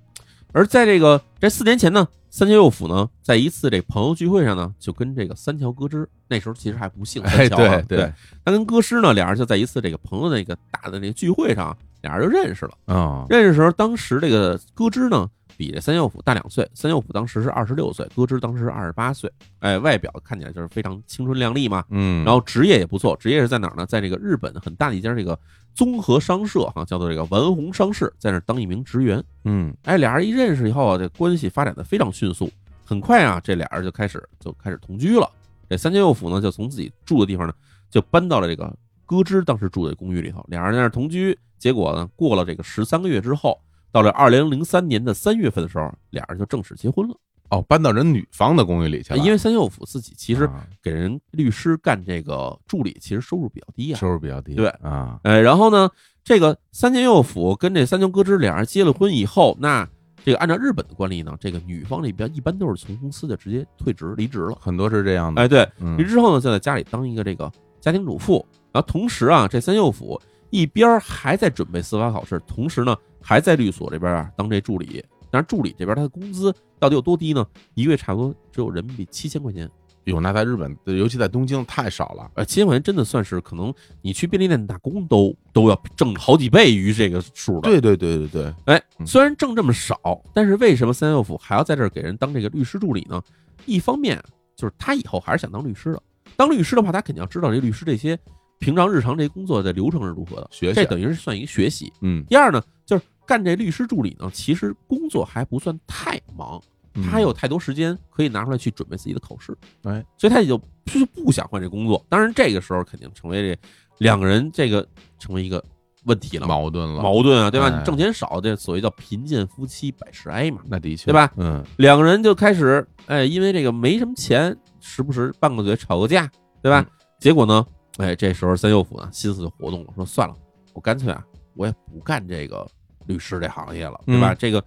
而在这个这四年前呢，三桥右辅呢，在一次这朋友聚会上呢，就跟这个三桥歌之，那时候其实还不姓 三
哎，
桥啊、
对
对，，他跟歌之呢，俩人就在一次这个朋友的一个大的这个聚会上，俩人就认识了。
嗯
认识的时候，当时这个歌之呢，比这三右辅大两岁，三右辅当时是二十六岁，歌之当时是二十八岁，哎，外表看起来就是非常青春靓丽嘛，
嗯，
然后职业也不错，职业是在哪儿呢？在这个日本很大的一家这个综合商社哈、叫做这个丸红商事，在那儿当一名职员。
嗯
哎，俩人一认识以后啊，这关系发展的非常迅速，很快啊，这俩人就开始就开始同居了。这三间右辅呢，就从自己住的地方呢，就搬到了这个歌之当时住的公寓里头，俩人在那儿同居。结果呢，过了这个十三个月之后，到了二零零三年的三月份的时候，俩人就正式结婚了。
哦，搬到人女方的公寓里去了，
因为三间右辅自己其实
啊
给人律师干这个助理，其实收入比较低啊，
收入比较低，
对
啊，
呃哎，然后呢，这个三间右辅跟这三桥歌之俩人结了婚以后，那这个按照日本的惯例呢，这个女方这边一般都是从公司就直接退职离职了。
很多是这样的。
哎，对，
嗯
离职之后呢，就在家里当一个这个家庭主妇。然后同时啊，这三右辅一边儿还在准备司法考试，同时呢还在律所这边啊当这助理。但是助理这边他的工资到底有多低呢？一个月差不多只有人民币七千块钱。
有那在日本，尤其在东京太少了。
呃，七千块钱真的算是可能你去便利店打工都都要挣好几倍于这个数的。
对对对对对，
哎，
嗯
虽然挣这么少，但是为什么三舅父还要在这儿给人当这个律师助理呢？一方面就是他以后还是想当律师的，当律师的话，他肯定要知道这律师这些平常日常这些工作的流程是如何的，
学
这
习，
等于是算一个学习。
嗯，
第二呢，就是干这律师助理呢，其实工作还不算太忙，
嗯
他还有太多时间可以拿出来去准备自己的考试，
哎，
所以他也就就是不想换这工作。当然，这个时候肯定成为这两个人这个成为一个问题了嘛，
矛盾了，
矛盾啊，对吧？
哎
你挣钱少，这所谓叫贫贱夫妻百事哀嘛。
那的确，
对吧？
嗯，
两个人就开始，哎，因为这个没什么钱，时不时拌个嘴吵个架，对吧？
嗯
结果呢，哎，这时候三舅父呢心思就活动了，说算了，我干脆啊，我也不干这个律师这行业了，对吧？
嗯
这个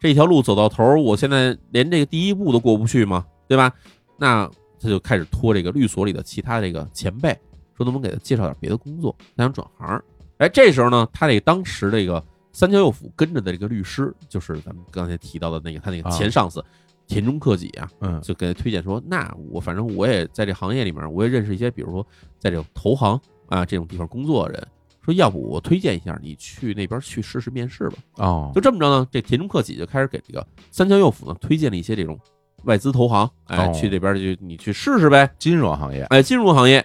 这条路走到头，我现在连这个第一步都过不去嘛，对吧？那他就开始托这个律所里的其他这个前辈，说能不能给他介绍点别的工作，他想转行。哎，这时候呢，他这个当时这个三桥右辅跟着的这个律师，就是咱们刚才提到的那个他那个
啊
前上司、田中克己啊，
嗯，
就给他推荐说，那我反正我也在这行业里面，我也认识一些，比如说在这种投行啊这种地方工作的人，说要不我推荐一下你去那边去试试面试吧。
哦，
就这么着呢，这田中克己就开始给这个三桥右辅呢推荐了一些这种外资投行，哎，
哦
去这边就你去试试呗。
金融行业，
哎，金融行业。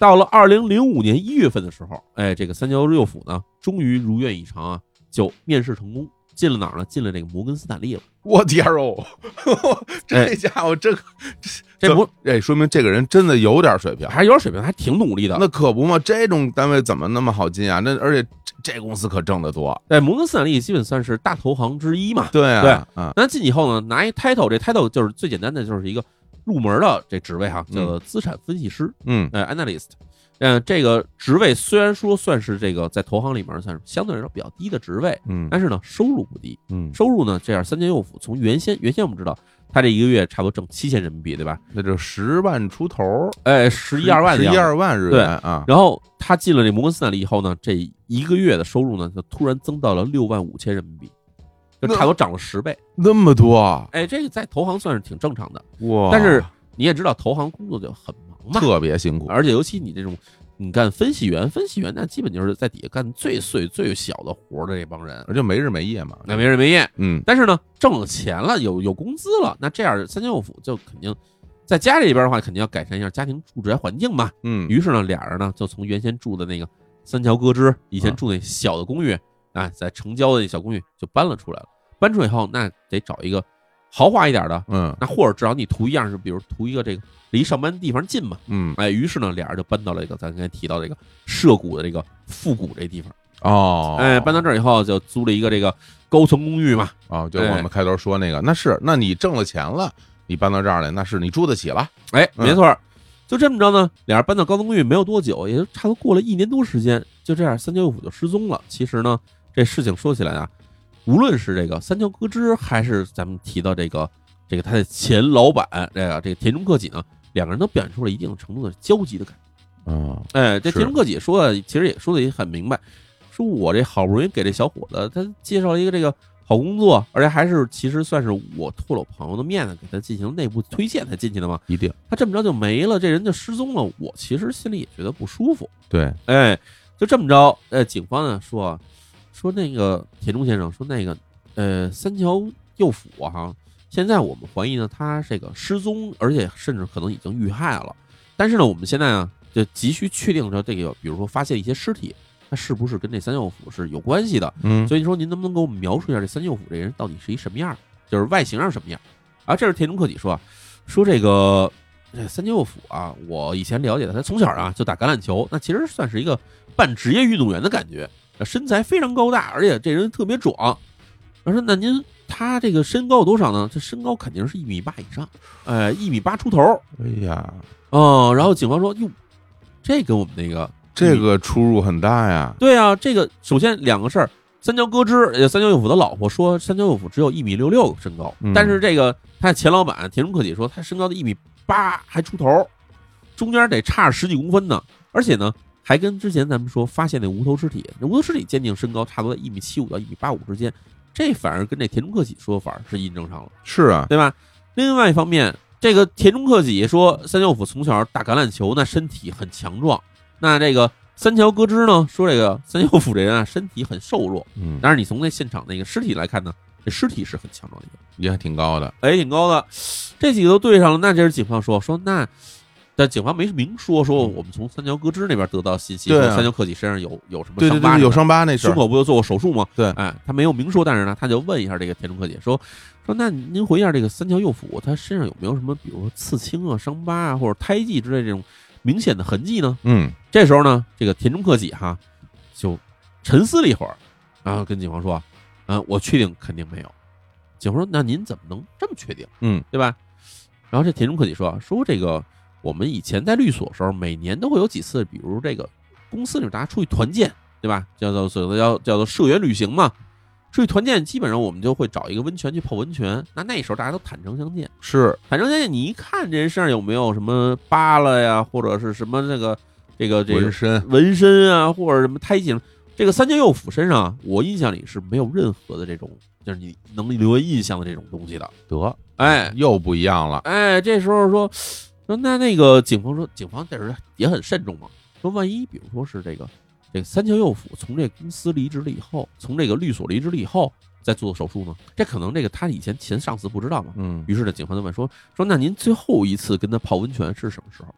到了二零零五年一月份的时候，哎，这个三桥六辅呢，终于如愿以偿啊，就面试成功，进了哪儿呢？进了这个摩根斯坦利了。
我天儿哦，
哎
这家伙这个
这
怎
不
哎，说明这个人真的有点水平。
还有点水平，还挺努力的。
那可不嘛，这种单位怎么那么好进啊？那而且这这公司可挣得多。
哎，摩根斯坦利基本算是大投行之一嘛。
对啊，啊，
那进去以后呢，拿一 title，这 title 就是最简单的，就是一个入门的这职位哈，叫做资产分析师，
嗯，
呃，analyst。嗯，这个职位虽然说算是这个在投行里面算是相对来说比较低的职位，
嗯
但是呢，收入不低。
嗯，
收入呢，这样三千右辅从原先原先我们知道他这一个月差不多挣七千人民币，对吧？
那就十万出头，
哎，十一二万的
十
样
一
子。
二万日元啊，
然后他进了这摩根斯坦利以后呢，这一个月的收入呢，就突然增到了六万五千人民币，就
那
差不多涨了十倍。
那么多啊
哎，这个在投行算是挺正常的，
哇！
但是你也知道投行工作就很忙嘛，
特别辛苦，
而且尤其你这种。你干分析员，分析员那基本就是在底下干最碎最小的活儿的这帮人，
而且没日没夜嘛。
那没日没夜，
嗯，
但是呢，挣了钱了，有有工资了，那这样三千六府就肯定在家里边的话，肯定要改善一下家庭住宅环境嘛。
嗯
于是呢，俩人呢就从原先住的那个三桥歌之以前
嗯
住那小的公寓，哎，在城郊的那小公寓就搬了出来了。搬出来以后，那得找一个豪华一点的，
嗯
那或者至少你图一样是，比如图一个这个离上班地方近嘛。
嗯
哎，于是呢，俩人就搬到了一个咱刚才提到这个涉谷的这个复古这地方。
哦，
哎，搬到这儿以后就租了一个这个高层公寓嘛。
哦，就我们开头说那个，那是，那你挣了钱了，你搬到这儿来，那是你住得起了，
哎，
嗯
没错儿，就这么着呢，俩人搬到高层公寓没有多久，也就差不多过了一年多时间，就这样三桥右辅就失踪了。其实呢，这事情说起来啊，无论是这个三桥歌之，还是咱们提到这个这个他的前老板这个这个田中克己呢，两个人都表现出了一定程度的焦急的感
嗯，
觉。哎，这
是
田中克己说的其实也说的也很明白，说我这好不容易给这小伙子他介绍了一个这个。好工作，而且还是其实算是我托了我朋友的面子给他进行内部推荐才进去的嘛。
一定
他这么着就没了，这人就失踪了。我其实心里也觉得不舒服。
对，
哎，就这么着，呃，警方呢说啊，说那个铁中先生说那个，呃，三桥右辅啊哈，现在我们怀疑呢他这个失踪，而且甚至可能已经遇害了。但是呢，我们现在啊就急需确定说这个，比如说发现一些尸体，他是不是跟这三右辅是有关系的？
嗯
所以说您能不能给我们描述一下这三舅府这人到底是一什么样儿，就是外形上什么样儿？啊，这是田中克己说啊，说这个这三舅府啊，我以前了解的，他从小啊就打橄榄球，那其实算是一个半职业运动员的感觉，呃身材非常高大，而且这人特别壮。我说那您他这个身高有多少呢？这身高肯定是一米八以上，呃，一米八出头儿
哎呀，
哦。然后警方说哟，这跟我们那个
这个出入很大呀，
啊对啊，这个首先两个事儿，三桥歌之，呃三桥佑辅的老婆说，三桥佑辅只有一米六六身高，
嗯
但是这个他的前老板田中克己说，他身高的一米八还出头，中间得差十几公分呢。而且呢，还跟之前咱们说发现那无头尸体，那无头尸体鉴定身高差不多在一米七五到一米八五之间，这反而跟这田中克己说法是印证上了，
是啊，
对吧？另外一方面，这个田中克己说，三桥佑辅从小打橄榄球，那身体很强壮。那这个三桥歌之呢，说这个三桥佑辅这人啊，身体很瘦弱。
嗯，
但是你从那现场那个尸体来看呢，这尸体是很强壮的一个，
也还挺高的，
哎，挺高的。这几个都对上了，那这是警方说说那，但警方没明说说我们从三桥歌之那边得到信息，
对啊
说三桥克己身上有有什么
对对
伤疤什
对，
么的，
有伤疤那事
胸
儿，
口不就做过手术吗？
对
哎，他没有明说，但是呢，他就问一下这个田中克己说说那您回忆一下这个三桥右辅他身上有没有什么，比如说刺青啊、伤疤啊或者胎记之类这种明显的痕迹呢？
嗯
这时候呢，这个田中克己哈就沉思了一会儿，然后跟警方说：“啊、我确定肯定没有。”警方说：“那您怎么能这么确定？
嗯，
对吧？”然后这田中克己说：“说这个我们以前在律所的时候，每年都会有几次，比如这个公司里面大家出去团建，对吧？叫做所谓叫叫做社员旅行嘛。出去团建，基本上我们就会找一个温泉去泡温泉。那那时候大家都坦诚相见。”
是，
反正现在你一看这人身上有没有什么疤了呀，或者是什么这个这个这
纹
个
身，
纹身啊，或者什么胎记什么，这个三间右辅身上啊，我印象里是没有任何的这种就是你能留为印象的这种东西的。
得
哎
又不一样了，
哎，这时候说说那那个警方说，警方这人也很慎重嘛，说万一比如说是这个这个三桥右辅从这个公司离职了以后，从这个律所离职了以后再做手术呢，这可能这个他以前前上司不知道嘛，
嗯
于是呢，警方就问说：“说那您最后一次跟他泡温泉是什么时候？”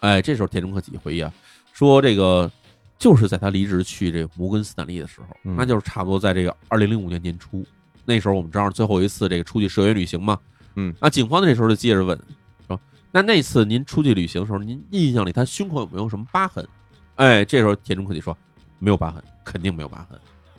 哎，这时候田中克己回忆啊，说这个就是在他离职去这个摩根斯坦利的时候，
嗯
那就是差不多在这个二零零五年年初，那时候我们正好最后一次这个出去社员旅行嘛。
嗯，
那警方这时候就接着问说：“那那次您出去旅行的时候，您印象里他胸口有没有什么疤痕？”哎，这时候田中克己说：“没有疤痕，肯定没有疤痕。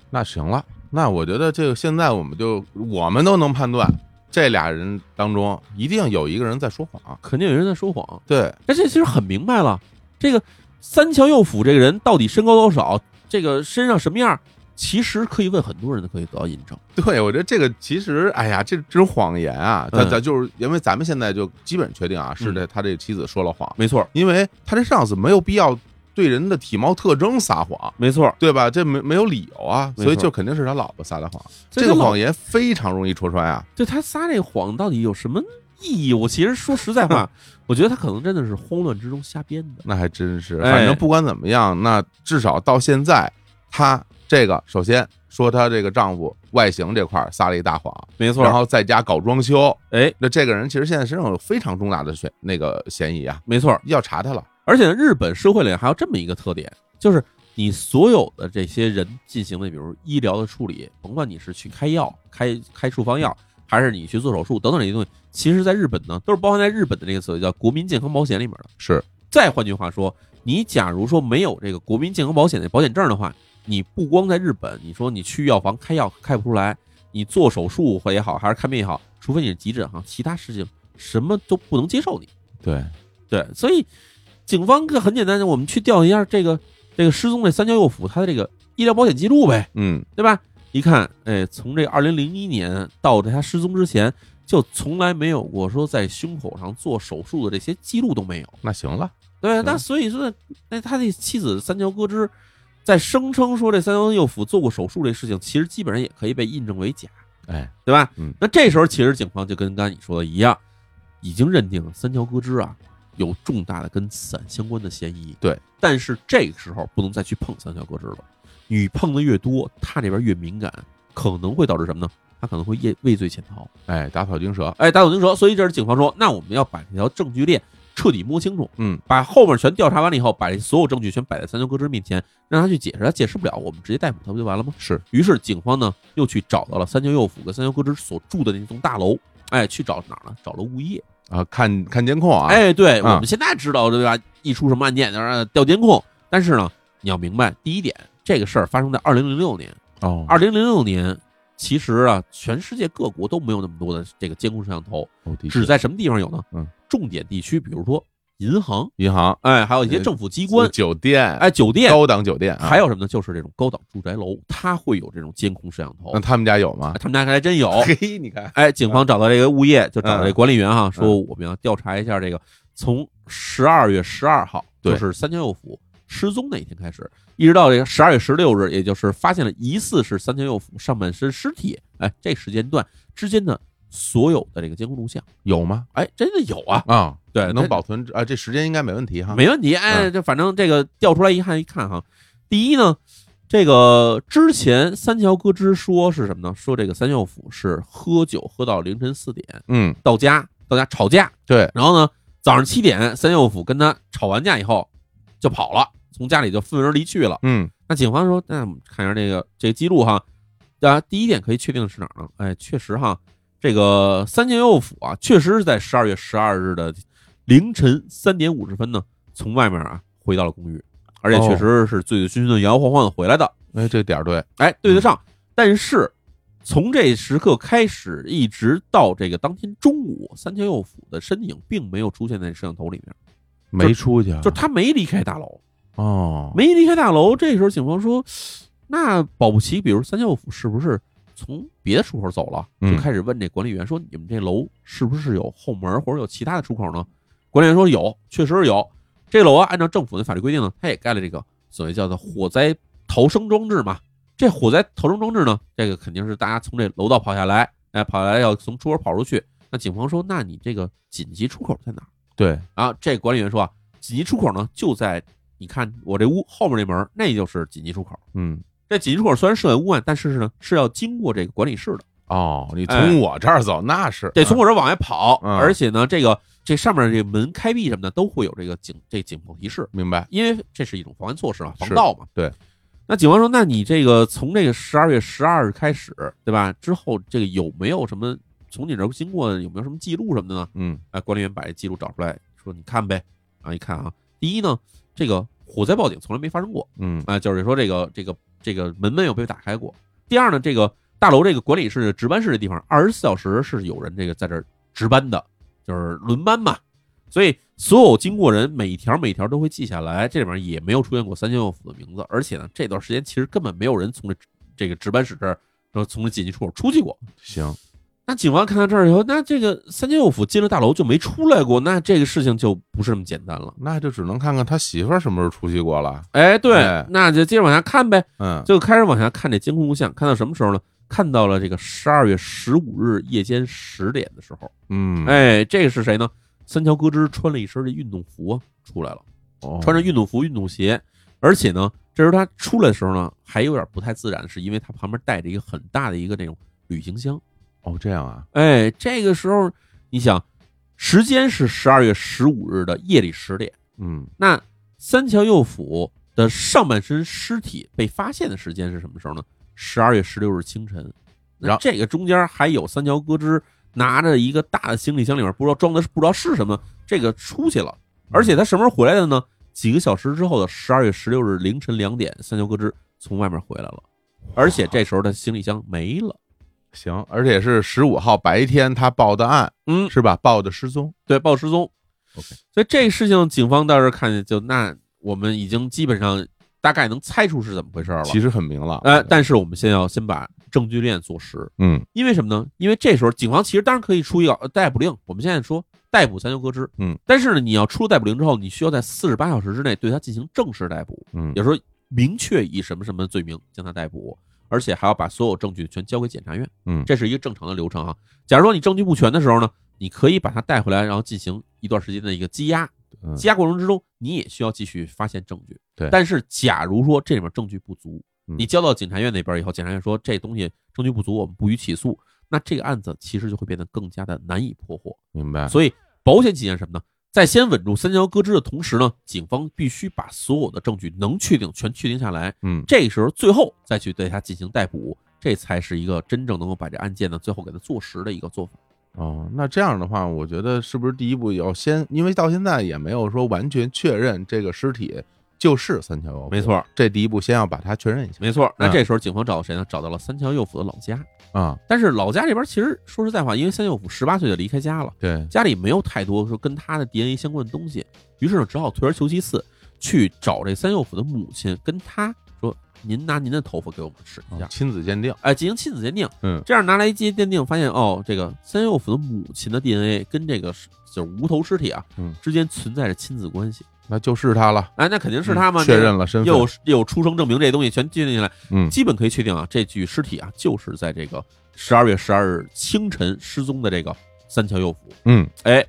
那行了，那我觉得这个现在我们就我们都能判断，这俩人当中一定有一个人在说谎，
肯定有人在说谎。”
对，
那这其实很明白了，这个三桥右辅这个人到底身高多少，这个身上什么样，其实可以问很多人都可以得到印证。
对，我觉得这个其实，哎呀，这这种谎言啊，咱
嗯
咱就是因为咱们现在就基本确定啊，是这他这妻子说了谎，
没错，
因为他这上司没有必要对人的体貌特征撒谎，
没错，
对吧？这没没有理由啊，
没错
所以就肯定是他老婆撒的谎。
所以
这个
他老
谎言非常容易戳穿啊，
对他撒这谎到底有什么意义？我其实说实在 话，我觉得他可能真的是慌乱之中瞎编的。
那还真是。
哎
反正不管怎么样，那至少到现在，她这个首先说她这个丈夫外形这块儿撒了一大谎，
没
然后在家搞装修，
哎，
那这个人其实现在身上有非常重大的嫌那个嫌疑啊，
没错，
要查他了。
而且日本社会里还有这么一个特点，就是你所有的这些人进行的，比如医疗的处理，甭管你是去开药、开开处方药，还是你去做手术等等这些东西，其实在日本呢，都是包含在日本的这个所谓叫国民健康保险里面的。
是，
再换句话说，你假如说没有这个国民健康保险的保险证的话，你不光在日本，你说你去药房开药开不出来，你做手术或也好，还是看病也好，除非你是急诊哈，其他事情什么都不能接受你。
对，
对，所以警方这很简单，我们去调一下这个这个失踪的三桥右辅他的这个医疗保险记录呗，
嗯，
对吧？一看，哎，从这二零零一年到他失踪之前，就从来没有过说在胸口上做手术的这些记录都没有。
那行了，
对，
嗯
那所以说，那他的妻子三桥歌之在声称说这三桥右辅做过手术这事情，其实基本上也可以被印证为假，
哎，
对吧？
嗯
那这时候其实警方就跟刚才你说的一样，已经认定了三桥歌之啊有重大的跟伞相关的嫌疑。
对，
但是这个时候不能再去碰三桥歌之了，你碰的越多，他这边越敏感，可能会导致什么呢？他可能会畏畏罪潜逃。
哎，打草惊蛇，
哎，打草惊蛇。所以这是警方说，那我们要把这条证据链彻底摸清楚，
嗯，
把后面全调查完了以后，把这所有证据全摆在三桥歌之面前，让他去解释，他解释不了，我们直接逮捕他不就完了吗？
是，
于是警方呢又去找到了三桥右辅跟三桥歌之所住的那栋大楼，哎，去找哪儿呢？找了物业。
啊，看看监控啊，，
哎，对，
啊
我们现在知道对吧？一出什么案件就让调监控，但是呢，你要明白第一点，这个事儿发生在二零零六年，
哦，
二零零六年。其实啊，全世界各国都没有那么多的这个监控摄像头，
哦的确
只在什么地方有呢？
嗯，
重点地区，比如说银行，
银行、
哎，还有一
呃
些政府机关，
酒店、
哎，酒店，
高档酒店啊，
还有什么呢？就是这种高档住宅楼，它会有这种监控摄像头
那。他们家有吗
哎？他们家还真有。
嘿，你看，啊
哎，警方找到这个物业，就找到这管理员哈，说
嗯
我们要调查一下这个，从十二月十二号，
对
就是三江右辅失踪那一天开始，一直到这个十二月十六日，也就是发现了疑似是三江右辅上半身尸体，哎，这时间段之间的所有的这个监控录像，
有吗？
哎，真的有啊，
啊，
对，
能
它
保存啊，这时间应该没问题哈。
没问题，哎，这反正这个调出来一看一看哈，第一呢，这个之前三桥歌之说是什么呢？说这个三舅府是喝酒喝到凌晨四点
嗯，
到家，到家吵架，
对，
然后呢早上七点三舅府跟他吵完架以后就跑了，从家里就愤而离去了。
嗯，
那警方说，那我们看一下这个这个记录哈，大家第一点可以确定的是哪儿呢？哎，确实哈，这个三江右府啊，确实是在十二月十二日的凌晨三点五十分呢，从外面啊回到了公寓，而且确实是醉醉醺醺的、摇摇晃晃的回来的。
哎，这点儿对，
哎，对得上，但是。从这时刻开始，一直到这个当天中午，三江右府的身影并没有出现在摄像头里面，
没出去啊，
就他没离开大楼。
哦，
没离开大楼。这时候警方说，那保不齐，比如三舅府是不是从别的出口走了？
嗯
就开始问这管理员说，你们这楼是不是有后门或者有其他的出口呢？管理员说有，确实是有。这楼啊，按照政府的法律规定呢，它也盖了这个所谓叫做火灾逃生装置嘛。这火灾逃生装置呢，这个肯定是大家从这楼道跑下来，哎，跑下来要从出口跑出去。那警方说，那你这个紧急出口在哪儿？
对，
然后这管理员说啊，紧急出口呢就在你看我这屋后面那门儿，那就是紧急出口。
嗯，
这紧急出口虽然设在屋外，但是呢是要经过这个管理室的，
哦，你
哎
从我这儿走那是
得从我这儿往外跑，
嗯
而且呢这个这上面这门开闭什么的都会有这个警这警报提示，
明白，
因为这是一种防范措施嘛，防
是
盗嘛。
对。
那警方说，那你这个从这个十二月十二日开始，对吧？之后这个有没有什么从你这儿经过有没有什么记录什么的呢？
嗯，
哎，管理员把这记录找出来，说你看呗。然后一看啊，第一呢，这个火灾报警从来没发生过
嗯，
啊、就是说这个这个这个门没有被打开过。第二呢，这个大楼这个管理室值班室的地方，二十四小时是有人这个在这儿值班的，就是轮班嘛。所以所有经过人每一条每一条都会记下来，这里面也没有出现过三江右府的名字，而且呢，这段时间其实根本没有人从这这个值班室这儿，说从这紧急出口出去过。
行，
那警方看到这儿以后，那这个三江右府进了大楼就没出来过，那这个事情就不是那么简单了。
那就只能看看他媳妇儿什么时候出去过了，
哎，对，
哎
那就接着往下看呗，
嗯，
就开始往下看这监控录像，看到什么时候呢？看到了这个十二月十五日夜间十点的时候，
嗯，，
哎，这个是谁呢？三桥歌之穿了一身这运动服啊出来了，
哦
穿着
运，
运动服、运动鞋，而且呢，这时候他出来的时候呢，还有点不太自然，是因为他旁边带着一个很大的一个那种旅行箱。
哦，这样啊，
哎，这个时候你想，时间是十二月十五日的夜里十点，
嗯，
那三桥右辅的上半身尸体被发现的时间是什么时候呢？十二月十六日清晨。那
然后
这个中间还有三桥歌之拿着一个大的行李箱，里面不知道装的是不知道是什么，这个出去了。而且他什么时候回来的呢？几个小时之后的十二月十六日凌晨两点，三桥歌之从外面回来了，而且这时候他行李箱没了。
行，而且是十五号白天他报的案
嗯，
是吧？报的失踪，
对，报失踪。
OK
所以这事情警方到时候看见就那我们已经基本上大概能猜出是怎么回事了。
其实很明朗，
呃，嗯但是我们先要先把证据链坐实，
嗯
因为什么呢？因为这时候警方其实当然可以出一个呃逮捕令，我们现在说逮捕三丘革之，
嗯，
但是呢，你要出逮捕令之后，你需要在四十八小时之内对他进行正式逮捕，
嗯
也，就是说明确以什么什么罪名将他逮捕，而且还要把所有证据全交给检察院。
嗯，
这是一个正常的流程啊。假如说你证据不全的时候呢，你可以把它带回来，然后进行一段时间的一个羁押。
嗯
羁押过程之中，你也需要继续发现证据。
对
但是假如说这里面证据不足，
嗯
你交到检察院那边以后，检察院说这东西证据不足，我们不予起诉，那这个案子其实就会变得更加的难以破获。
明白，嗯
所以保险起见什么呢？在先稳住三桥割肢的同时呢，警方必须把所有的证据能确定全确定下来，
嗯，
这时候最后再去对他进行逮捕，这才是一个真正能够把这案件呢最后给它坐实的一个做法。
哦，那这样的话，我觉得是不是第一步要先，因为到现在也没有说完全确认这个尸体就是三桥右辅，
没，错，
这第一步先要把它确认一下
没错。那
嗯
这时候警方找到谁呢？找到了三桥右辅的老家。
啊，
但是老家这边其实说实在话，因为三桥右辅十八岁就离开家了，
对，
家里没有太多说跟他的 DNA 相关的东西，于是呢只好退而求其次，去找这三右辅的母亲，跟他说：“您拿您的头发给我们试一下。
啊亲子鉴定，
哎，进行亲子鉴定，
嗯
这样拿来进行鉴定，发现哦，这个三右辅的母亲的 DNA 跟这个是就是无头尸体啊，
嗯
之间存在着亲子关系，
那就是他了，
哎，那肯定是他嘛，
嗯确
这个
认了身份，
又有又有出生证明这些东西全鉴定下来，
嗯
基本可以确定啊，这具尸体啊就是在这个十二月十二日清晨失踪的这个三桥右辅。
嗯
哎，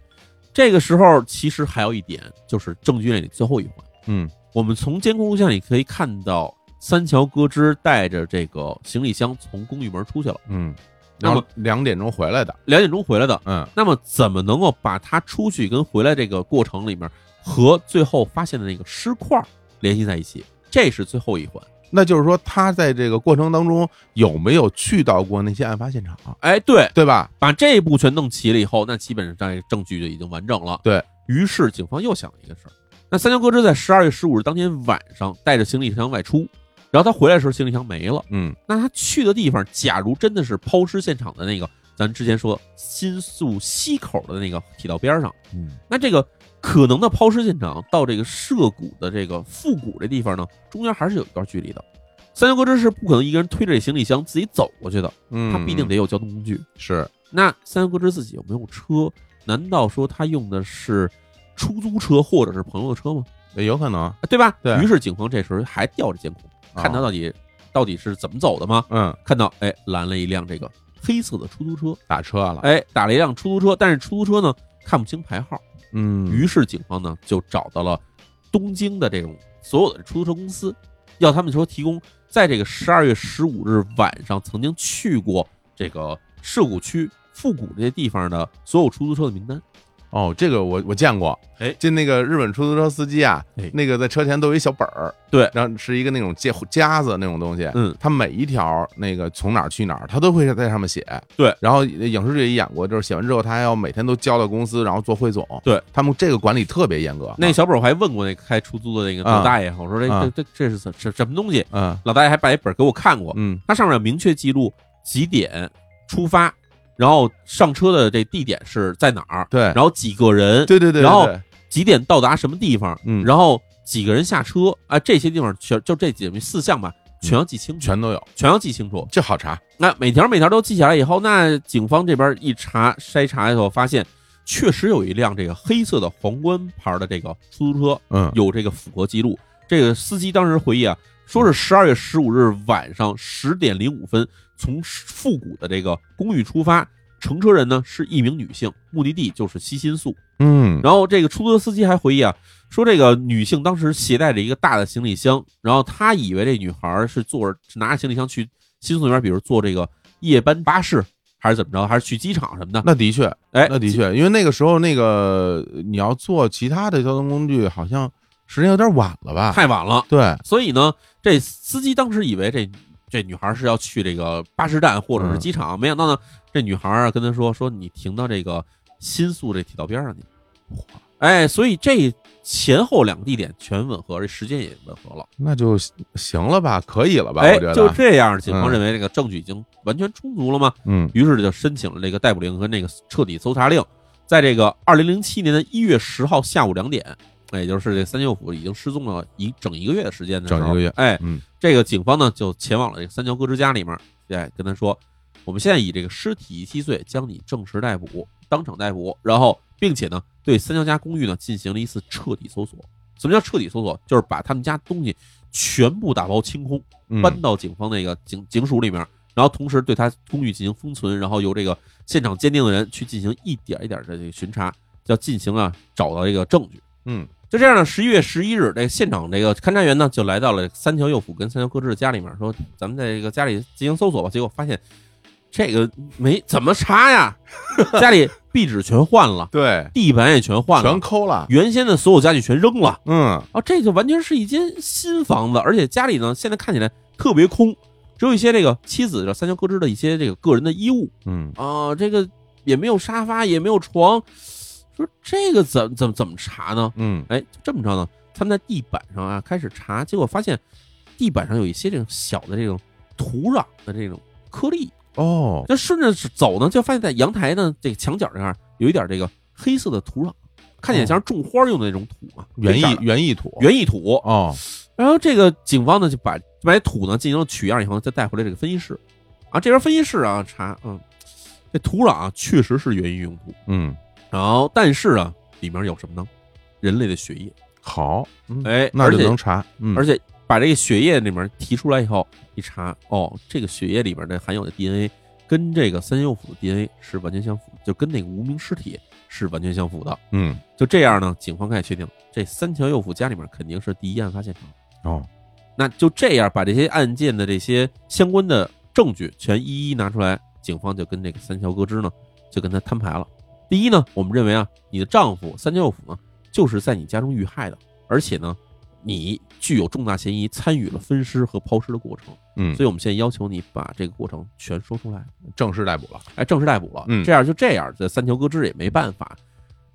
这个时候其实还有一点，就是证据链里最后一环。
嗯
我们从监控录像里可以看到，三桥歌之带着这个行李箱从公寓门出去了，
嗯，
那
然
么
后两点钟回来的，
两点钟回来的。
嗯
那么怎么能够把他出去跟回来这个过程里面和最后发现的那个尸块联系在一起？这是最后一环。
那就是说他在这个过程当中有没有去到过那些案发现场，
哎，对，
对吧？
把这一步全弄齐了以后，那基本上这证据就已经完整了。
对
于是，警方又想了一个事儿。那三桥歌之在十二月十五日当天晚上带着行李箱外出，然后他回来的时候行李箱没了。
嗯
那他去的地方，假如真的是抛尸现场的那个，咱之前说新宿西口的那个铁道边上，
嗯
那这个可能的抛尸现场到这个涉谷的这个复古这地方呢，中间还是有一段距离的。三桥歌之是不可能一个人推着这行李箱自己走过去的，
嗯，
他必定得有交通工具。
是
那三桥歌之自己有没有车？难道说他用的是出租车或者是朋友的车吗？
有可能，
啊对吧？
对
于是警方这时候还调着监控，看他
啊
到底、到底是怎么走的吗？
嗯
看到哎，拦了一辆这个黑色的出租车，
打车了，
哎，打了一辆出租车，但是出租车呢看不清牌号，
嗯，
于是警方呢就找到了东京的这种所有的出租车公司，要他们说提供在这个十二月十五日晚上曾经去过这个涉谷区复古这些地方的所有出租车的名单。
哦，这个我我见过，
哎
就那个日本出租车司机啊
哎，
那个在车前都有一小本儿，
对
然后是一个那种夹夹子那种东西，
嗯，
他每一条那个从哪儿去哪儿，他都会在上面写，
对，
然后影视剧也演过，就是写完之后他还要每天都交到公司，然后做汇总，
对，
他们这个管理特别严格，
那小本儿我还问过那个开出租的那个老大爷，我说这
啊
这这这是什什什么东西？
嗯
老大爷还把一本儿给我看过，
嗯
它上面有明确记录几点出发，然后上车的这地点是在哪儿，
对，
然后几个人，
对对对，
然后
对对
几点到达什么地方，
嗯，
然后几个人下车啊，这些地方全就这几四项吧，全要记清楚，
嗯全都有，
全要记清楚。
这好查，
那每条每条都记下来以后，那警方这边一查筛查以后，发现确实有一辆这个黑色的皇冠牌的这个出租车
嗯
有这个符合记录。这个司机当时回忆啊，说是十二月十五日晚上十点零五分从复古的这个公寓出发，乘车人呢是一名女性，目的地就是西新宿。
嗯
然后这个出租车司机还回忆啊，说这个女性当时携带着一个大的行李箱，然后他以为这女孩是坐着拿着行李箱去新宿那边，比如坐这个夜班巴士还是怎么着，还是去机场什么的。
那的确，
哎，
那的确，因为那个时候那个你要坐其他的交通工具，好像时间有点晚了吧？
太晚了，
对，
所以呢，这司机当时以为这这女孩是要去这个巴士站或者
嗯
是机场，没想到呢，这女孩啊跟他说说你停到这个新宿这铁道边上去。哎，所以这前后两个地点全吻合，这时间也吻合了。
那就行了吧，可以了吧？
哎
我觉，
就
得，
这样，警方
嗯
认为这个证据已经完全充足了嘛，
嗯
于是就申请了这个逮捕令和那个彻底搜查令。在这个二零零七年的一月十号下午两点，哎也就是这三舅府已经失踪了一整一个月的时间的时候
整一个月
哎，
嗯
这个警方呢就前往了这个三桥歌之家里面，哎，跟他说，我们现在以这个尸体遗弃罪将你正式逮捕，当场逮捕，然后并且呢对三桥家公寓呢进行了一次彻底搜索。什么叫彻底搜索？就是把他们家东西全部打包清空，
嗯
搬到警方那个警警署里面，然后同时对他公寓进行封存，然后由这个现场鉴定的人去进行一点一点的这个巡查，要进行啊找到这个证据。
嗯
就这样呢，十一月十一日，这个现场这个勘查员呢就来到了三桥右辅跟三桥歌之的家里面，说咱们在这个家里进行搜索吧。结果发现这个没怎么查呀， 家里壁纸全换了，
对，
地板也全换
全
了，
抠了，
原先的所有家具全扔了。
嗯
啊，这就完全是一间新房子，而且家里呢现在看起来特别空，只有一些这个妻子的三桥歌之的一些这个个人的衣物
嗯，
啊、这个也没有沙发，也没有床，说这个怎怎怎么查呢？
嗯
哎，就这么着呢，他们在地板上啊开始查，结果发现地板上有一些这种小的这种土壤的这种颗粒。
哦，
那顺着走呢，就发现在阳台呢这个墙角这儿啊有一点这个黑色的土壤，看起来像是种花用的那种土嘛，
哦园艺
这色儿
园艺土，
园艺土。
哦，
然后这个警方呢就把把这土呢进行了取样以后呢，再带回来这个分析室啊，这边分析室啊查，嗯，这土壤啊确实是园艺用途，
嗯，
然后但是啊里面有什么呢？人类的血液，
好，嗯
哎，
那
而
就
且
能查，嗯，
而且把这个血液里面提出来以后，一查，哦，这个血液里面的含有的 DNA 跟这个三右辅的 DNA 是完全相符，就跟那个无名尸体是完全相符的。
嗯，
就这样呢，警方开始确定这三桥右辅家里面肯定是第一案发现场。
哦，
那就这样把这些案件的这些相关的证据全一一拿出来，警方就跟这个三桥歌之呢，就跟他摊牌了。第一呢，我们认为啊，你的丈夫三桥右辅呢，就是在你家中遇害的，而且呢，你具有重大嫌疑，参与了分尸和抛尸的过程，
嗯
所，以我们现在要求你把这个过程全说出来，
正式逮捕了，
哎，正式逮捕了。
嗯
这样就这样，这三桥歌之也没办法，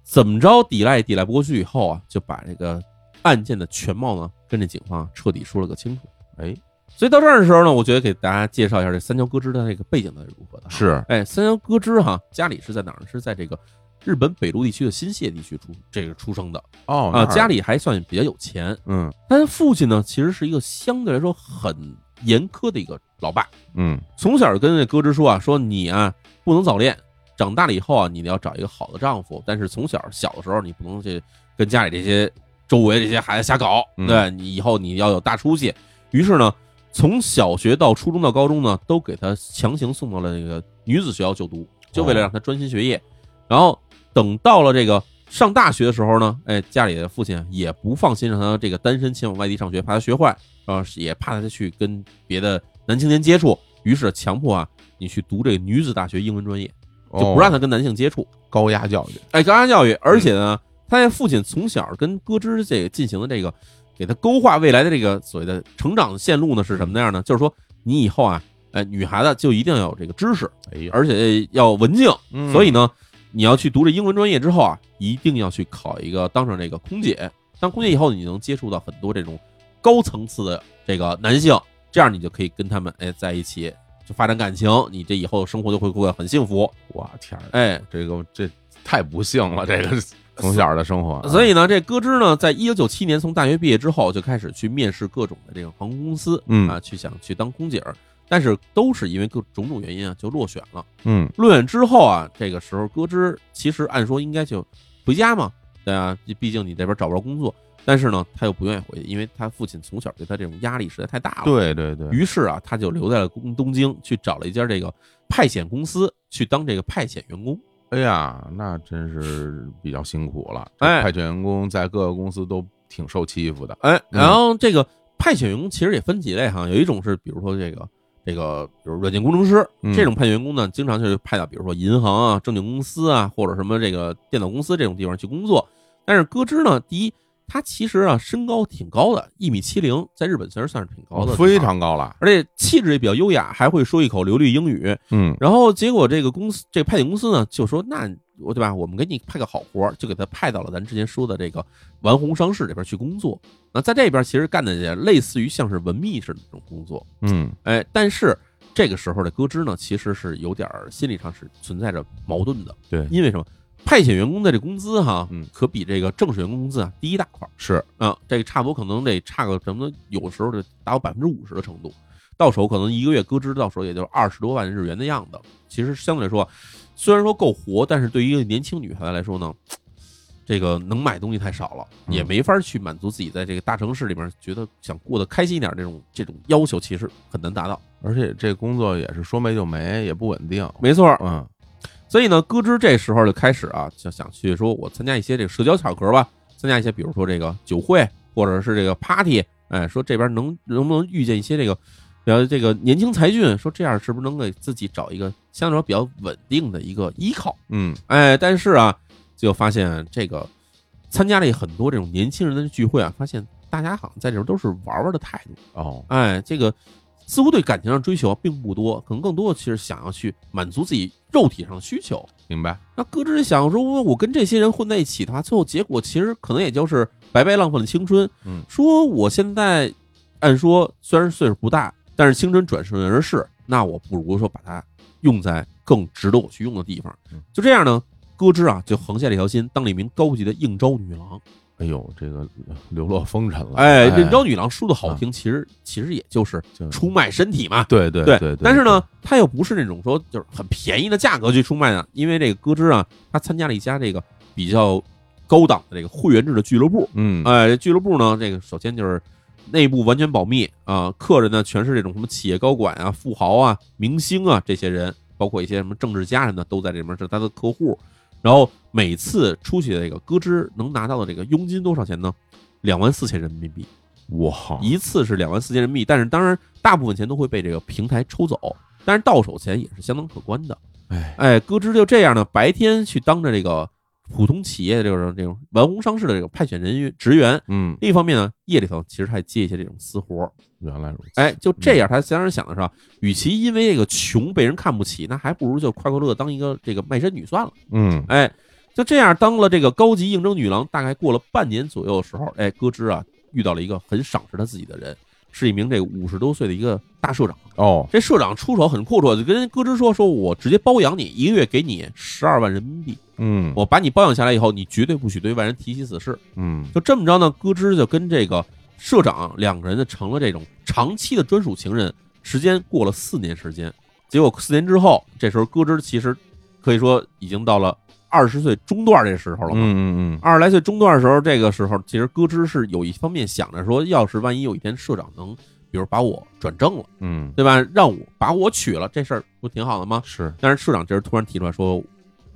怎么着抵赖也抵赖不过去，以后啊，就把这个案件的全貌呢，跟这警方啊彻底说了个清楚。
哎，
所以到这儿的时候呢，我觉得给大家介绍一下这三桥歌之的这个背景到底是如何的。，
是，
哎，三桥歌之哈，家里是在哪儿呢？是在这个日本北陆地区的新泻地区出这个出生的
哦，
啊，家
里，
里还算比较有钱。
嗯
但是父亲呢，其实是一个相对来说很严苛的一个老爸，
嗯，
从小跟这歌之说啊，说你啊不能早恋，长大了以后啊，你要找一个好的丈夫，但是从小小的时候你不能去跟家里这些周围这些孩子瞎搞，
嗯
对你以后你要有大出息。于是呢，从小学到初中到高中呢，都给他强行送到了那个女子学校就读，就为了让他专心学业。然后等到了这个上大学的时候呢，哎，家里的父亲也不放心让他这个单身前往外地上学，怕他学坏，然后也怕他去跟别的男青年接触，于是强迫啊你去读这个女子大学英文专业，就不让
他
他跟男性接触。
高压教育，
哎，高压教育，而且呢，他的父亲从小跟歌之这个进行的这个，给他勾画未来的这个所谓的成长线路呢是什么样呢？就是说你以后啊，哎，女孩子就一定要有这个知识，
哎呀，
而且要文静，
嗯
所以，呢，你要去读这英文专业之后啊，一定要去考一个当上这个空姐。当空姐以后，你能接触到很多这种高层次的这个男性，这样你就可以跟他们哎在一起就发展感情，你这以后生活就会过得很幸福。
我天儿，
哎，
这个这太不幸了，这个从小的生活啊，
所以呢，这歌之呢，在一九九七年从大学毕业之后，就开始去面试各种的这个航空公司，
嗯
啊，去想去当空姐儿，但是都是因为各种种原因啊，就落选了。
嗯，
落选之后啊，这个时候歌之其实按说应该就回家嘛，对啊，毕竟你这边找不着工作，但是呢，他又不愿意回去，因为他父亲从小对他这种压力实在太大了。
对对对，
于是啊，他就留在了东东京，去找了一家这个派遣公司去当这个派遣员工。
哎呀，那真是比较辛苦了。这
哎
派遣员工在各个公司都挺受欺负的。
哎，
嗯
然后这个派遣员工其实也分几类哈，有一种是比如说这个这个，比如软件工程师
嗯
这种派遣员工呢，经常就是派到比如说银行啊、证券公司啊，或者什么这个电脑公司这种地方去工作。但是歌之呢，第一，他其实啊身高挺高的，一米七零，在日本其实算是挺高的，
非，常高了。
而且气质也比较优雅，还会说一口流利英语。
嗯，
然后结果这个公司，这个派遣公司呢，就说那我对吧，我们给你派个好活儿，就给他派到了咱之前说的这个丸红商事这边去工作。那在这边其实干的也类似于像是文秘似的这种工作，
嗯，
哎，但是这个时候的歌之呢，其实是有点儿心理上是存在着矛盾的，
对，
因为什么？派遣员工的这工资哈，
嗯
可比这个正式员工工资啊低一大块儿
是，
啊，这个差不多可能得差个什么，有时候得达到百分之五十的程度，到手可能一个月搁置，到手也就二十多万日元的样子。其实相对来说，虽然说够活，但是对于一个年轻女孩子来说呢，这个能买东西太少了，
嗯
也没法去满足自己在这个大城市里面觉得想过得开心一点这种这种要求，其实很难达到。
而且这工作也是说没就没，也不稳定。
没错，
嗯，
所以呢，咯吱这时候就开始啊，就想去说我参加一些这个社交场合吧，参加一些比如说这个酒会或者是这个 party，哎，说这边能能不能遇见一些这个，然后这个年轻才俊，说这样是不是能给自己找一个相对来说比较稳定的一个依靠？
嗯，
哎，但是啊，就发现这个参加了很多这种年轻人的聚会啊，发现大家好像在这边都是玩玩的态度，
哦，
哎，这个似乎对感情上追求啊并不多，可能更多的其实想要去满足自己肉体上的需求。
明白？
那搁置想说，我跟这些人混在一起的话，最后结果其实可能也就是白白浪费了青春。
嗯，
说我现在按说虽然岁数不大，但是青春转瞬而逝，那我不如说把它用在更值得我去用的地方
嗯。
就这样呢，歌之啊就横下了一条心，当了一名高级的应招女郎。
哎呦，这个流落风尘了，
哎，
这
应招女郎说的好听，其实其实也就是出卖身体嘛。
对对
对
对，
但是呢，，他又不是那种说就是很便宜的价格去出卖的，因为这个歌之啊，他参加了一家这个比较高档的这个会员制的俱乐部。
嗯，
哎，这俱乐部呢，这个首先就是内部完全保密啊、客人呢全是这种什么企业高管啊、富豪啊、明星啊这些人，包括一些什么政治家什么的都在这里面是他的客户。然后每次出去这个咯吱能拿到的这个佣金多少钱呢？两万四千人民币，
哇，
一次是两万四千人民币，但是当然大部分钱都会被这个平台抽走，但是到手钱也是相当可观的。
哎，
哎，咯吱就这样呢，白天去当着这个普通企业的这种这种完工商事的这个派遣人员职员，
嗯，
另一方面呢，夜里头其实还接一些这种私活儿，
原来如此，
哎，就这样，他当时想的是吧，与其因为这个穷被人看不起，那还不如就快快乐乐当一个这个卖身女算了。
嗯，
哎，就这样当了这个高级应征女郎，大概过了半年左右的时候，哎，咯吱啊遇到了一个很赏识他自己的人，是一名这个五十多岁的一个大社长。
哦，
这社长出手很阔绰，就跟咯吱说：“说我直接包养你，一个月给你十二万人民币，
嗯，
我把你包养下来以后，你绝对不许对外人提起此事。”
嗯，
就这么着呢，咯吱就跟这个社长两个人就成了这种长期的专属情人。时间过了四年时间，结果四年之后，这时候咯吱其实可以说已经到了二十岁中段这时候了嘛。
嗯嗯嗯，
二十来岁中段的时候，这个时候其实咯吱是有一方面想着说，要是万一有一天社长能，比如把我转正了，
嗯，
对吧？让我把我娶了，这事儿不挺好的吗？
是，
但是社长这时突然提出来说，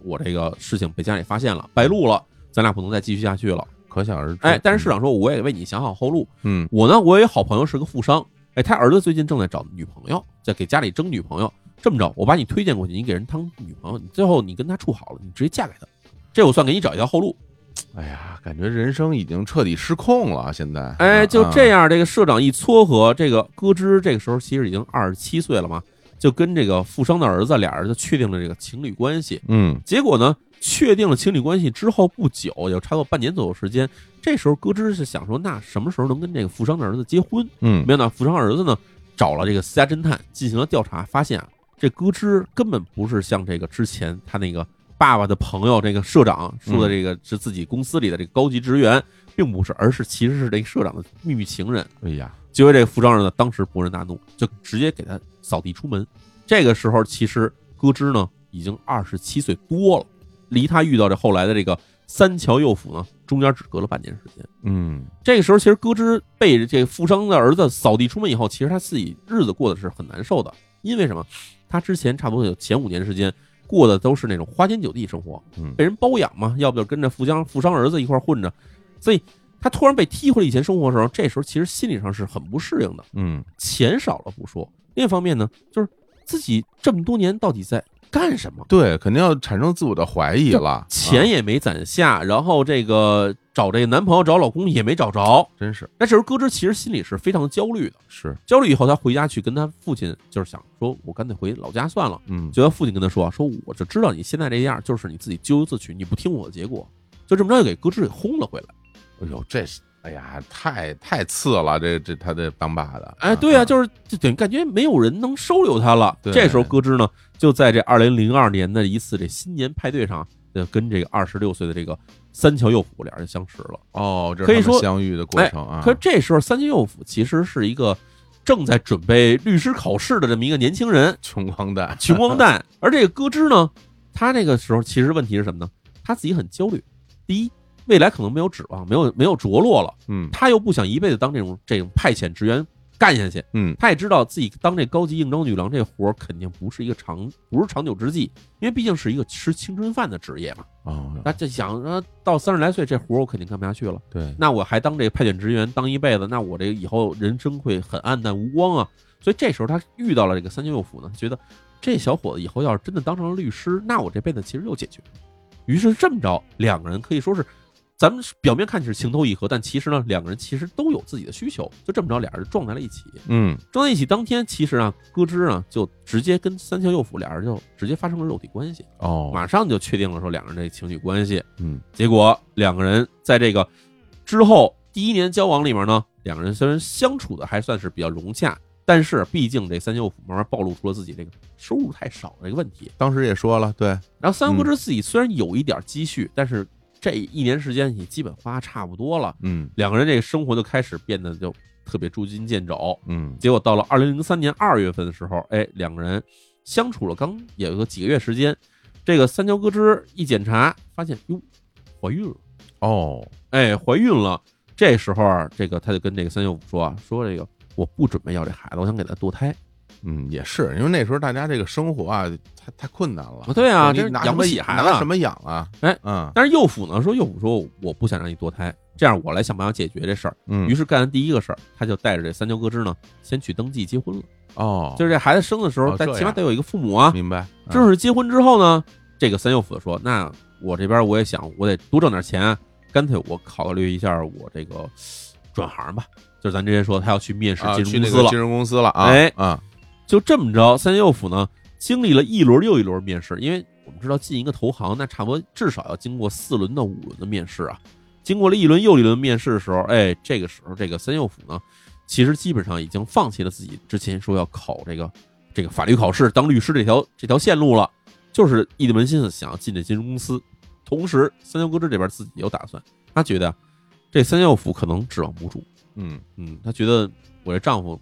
我这个事情被家里发现了，白露了，咱俩不能再继续下去了。
可想而知，
哎，但是市长说我也为你想好后路。
嗯，
我呢，我有一好朋友是个富商，哎，他儿子最近正在找女朋友，在给家里争女朋友。这么着，我把你推荐过去，你给人当女朋友，你最后你跟他处好了，你直接嫁给他，这我算给你找一条后路。
嗯，哎呀，感觉人生已经彻底失控了，现在，
哎，就
啊
这，样，这个社长一撮合，这个咯吱这个时候其实已经二十七岁了嘛，就跟这个富商的儿子俩人就确定了这个情侣关系。
嗯，
结果呢，确定了情侣关系之后不久，也就差不多半年左右时间，这时候咯吱是想说，那什么时候能跟这个富商的儿子结婚？
嗯，
没想到富商儿子呢，找了这个私家侦探进行了调查，发现啊，这咯吱根本不是像这个之前他那个爸爸的朋友这个社长说的这个是自己公司里的这个高级职员，并不是，而是其实是这个社长的秘密情人。
哎呀，
结果这个服装人呢，当时勃然大怒，就直接给他扫地出门。这个时候，其实咯吱呢已经二十七岁多了，离他遇到这后来的这个三桥右辅呢，中间只隔了半年时间。
嗯，
这个时候，其实咯吱被这个富商的儿子扫地出门以后，其实他自己日子过得是很难受的。因为什么？他之前差不多有前五年时间过的都是那种花天酒地生活，
嗯
被人包养嘛，要不就跟着富商富商儿子一块儿混着，所以他突然被踢回了以前生活的时候，这时候其实心理上是很不适应的。
嗯，
钱少了不说，另一方面呢，就是自己这么多年到底在干什么？
对，肯定要产生自我的怀疑了，
钱
啊
也没攒下，然后这个找这个男朋友找老公也没找着。
真是
那这时候咯吱其实心里是非常焦虑的，
是，
焦虑以后他回家去跟他父亲，就是想说，我干脆回老家算了。
嗯，
觉得父亲跟他说啊，说我就知道你现在这样，就是你自己咎由自取，你不听我的结果，就这么着就给咯吱给轰了回来。
哎呦，这是，哎呀，太太次了，这这他这当爸的，
哎，对呀、就是就等于感觉没有人能收留他了。
啊对
这时候，咯吱呢就在这二零零二年的一次这新年派对上，呃，跟这个二十六岁的这个三桥佑辅俩人相识了。
哦，这
可
是
以
他们
说
相遇的过
哎
程啊，
可是这时候，三桥佑辅其实是一个正在准备律师考试的这么一个年轻人，
穷光蛋，
穷光蛋。 而这个咯吱呢，他那个时候其实问题是什么呢？他自己很焦虑。第一，未来可能没有指望，没有没有着落了。
嗯
他又不想一辈子当这种这种派遣职员干下去。
嗯，
他也知道自己当这高级应征女郎这活儿肯定不是一个长不是长久之计，因为毕竟是一个吃青春饭的职业嘛。
哦，
那就想着到三十来岁这活儿我肯定干不下去了，
对，
那我还当这个派遣职员当一辈子，那我这以后人生会很暗淡无光啊。所以这时候他遇到了这个三江右辅呢，觉得这小伙子以后要是真的当上了律师，那我这辈子其实又解决了。于是这么着，两个人可以说是咱们表面看是情投意合，但其实呢，两个人其实都有自己的需求，就这么着，俩人撞在了一起。
嗯
撞在一起当天，其实啊，歌之啊就直接跟三桥佑辅俩人就直接发生了肉体关系，
哦，
马上就确定了说两人这情侣关系。
嗯
结果两个人在这个之后第一年交往里面呢，两个人虽然相处的还算是比较融洽，但是毕竟这三舅父慢慢暴露出了自己这个收入太少的这个问题。
当时也说了，对，
然后三国之自己虽然有一点积蓄，但是这一年时间也基本花差不多了，
嗯
两个人这个生活就开始变得就特别捉襟见肘。
嗯
结果到了二零零三年二月份的时候，哎，两个人相处了刚也有个几个月时间，这个三焦咯吱一检查，发现哟，怀孕了，
哦，
哎，怀孕了。这时候啊，这个他就跟这个三舅父说啊，说这个我不准备要这孩子，我想给他堕胎。
嗯，也是，因为那时候大家这个生活啊，太太困难了
啊。对啊
你
这
拿
养不
什么
起孩
拿
子
什么养啊？
哎，
嗯
但是右辅呢说，右辅说我不想让你堕胎，这样我来想办法解决这事儿。
嗯，
于是干的第一个事儿，他就带着这三焦咯吱呢，先去登记结婚了。
哦，
就是这孩子生的时候，
哦
但
这
起码
样
得有一个父母啊，
明白，嗯
正式结婚之后呢，这个三舅父说：“那我这边我也想，我得多挣点钱，干脆我考虑一下我这个转行吧。”就是咱之前说他要去面试
啊去
金
那
融公司
个
了，
金融公司了啊，
哎
啊，
就这么着，三舅父呢经历了一轮又一轮面试，因为我们知道进一个投行，那差不多至少要经过四轮到五轮的面试啊。经过了一轮又一轮面试的时候，哎，这个时候这个三舅父呢，其实基本上已经放弃了自己之前说要考这个这个法律考试当律师这条这条线路了，就是一门心思想要进这金融公司。同时，三舅哥这边自己有打算，嗯他觉得啊这三舅父可能指望不住，
嗯
嗯，他觉得我这丈夫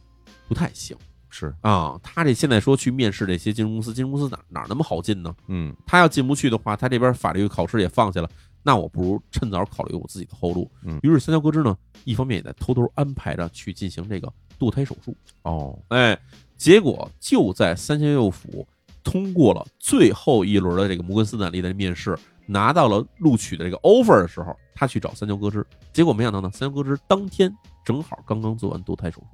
不太行。
是，
啊，他这现在说去面试这些金融公司，金融公司哪哪那么好进呢？
嗯
他要进不去的话，他这边法律考试也放下了，那我不如趁早考虑我自己的后路。
嗯
于是三桥歌之呢，一方面也在偷偷安排着去进行这个堕胎手术。
哦，
哎，结果就在三桥右辅通过了最后一轮的这个摩根斯坦利的面试，拿到了录取的这个 offer 的时候，他去找三桥歌之，结果没想到呢，三桥歌之当天正好刚刚做完堕胎手术。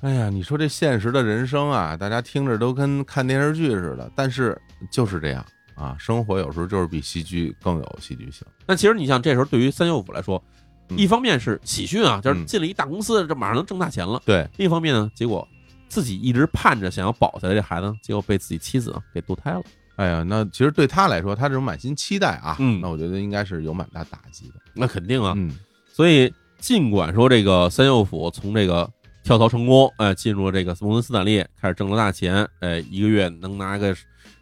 哎呀，你说这现实的人生啊，大家听着都跟看电视剧似的，但是就是这样啊，生活有时候就是比戏剧更有戏剧性。
那其实你像这时候对于三舅府来说，
嗯
一方面是喜讯啊，就是
嗯
进了一大公司，这马上能挣大钱了；
对，
另一方面呢，结果自己一直盼着想要保下来这孩子呢，结果被自己妻子啊给堕胎了。
哎呀，那其实对他来说，他这种满心期待啊，
嗯
那我觉得应该是有蛮大打击的。
那肯定啊，
嗯
所以尽管说这个三舅府从这个跳槽成功，哎、进入了这个摩根斯坦利，开始挣了大钱，哎、一个月能拿个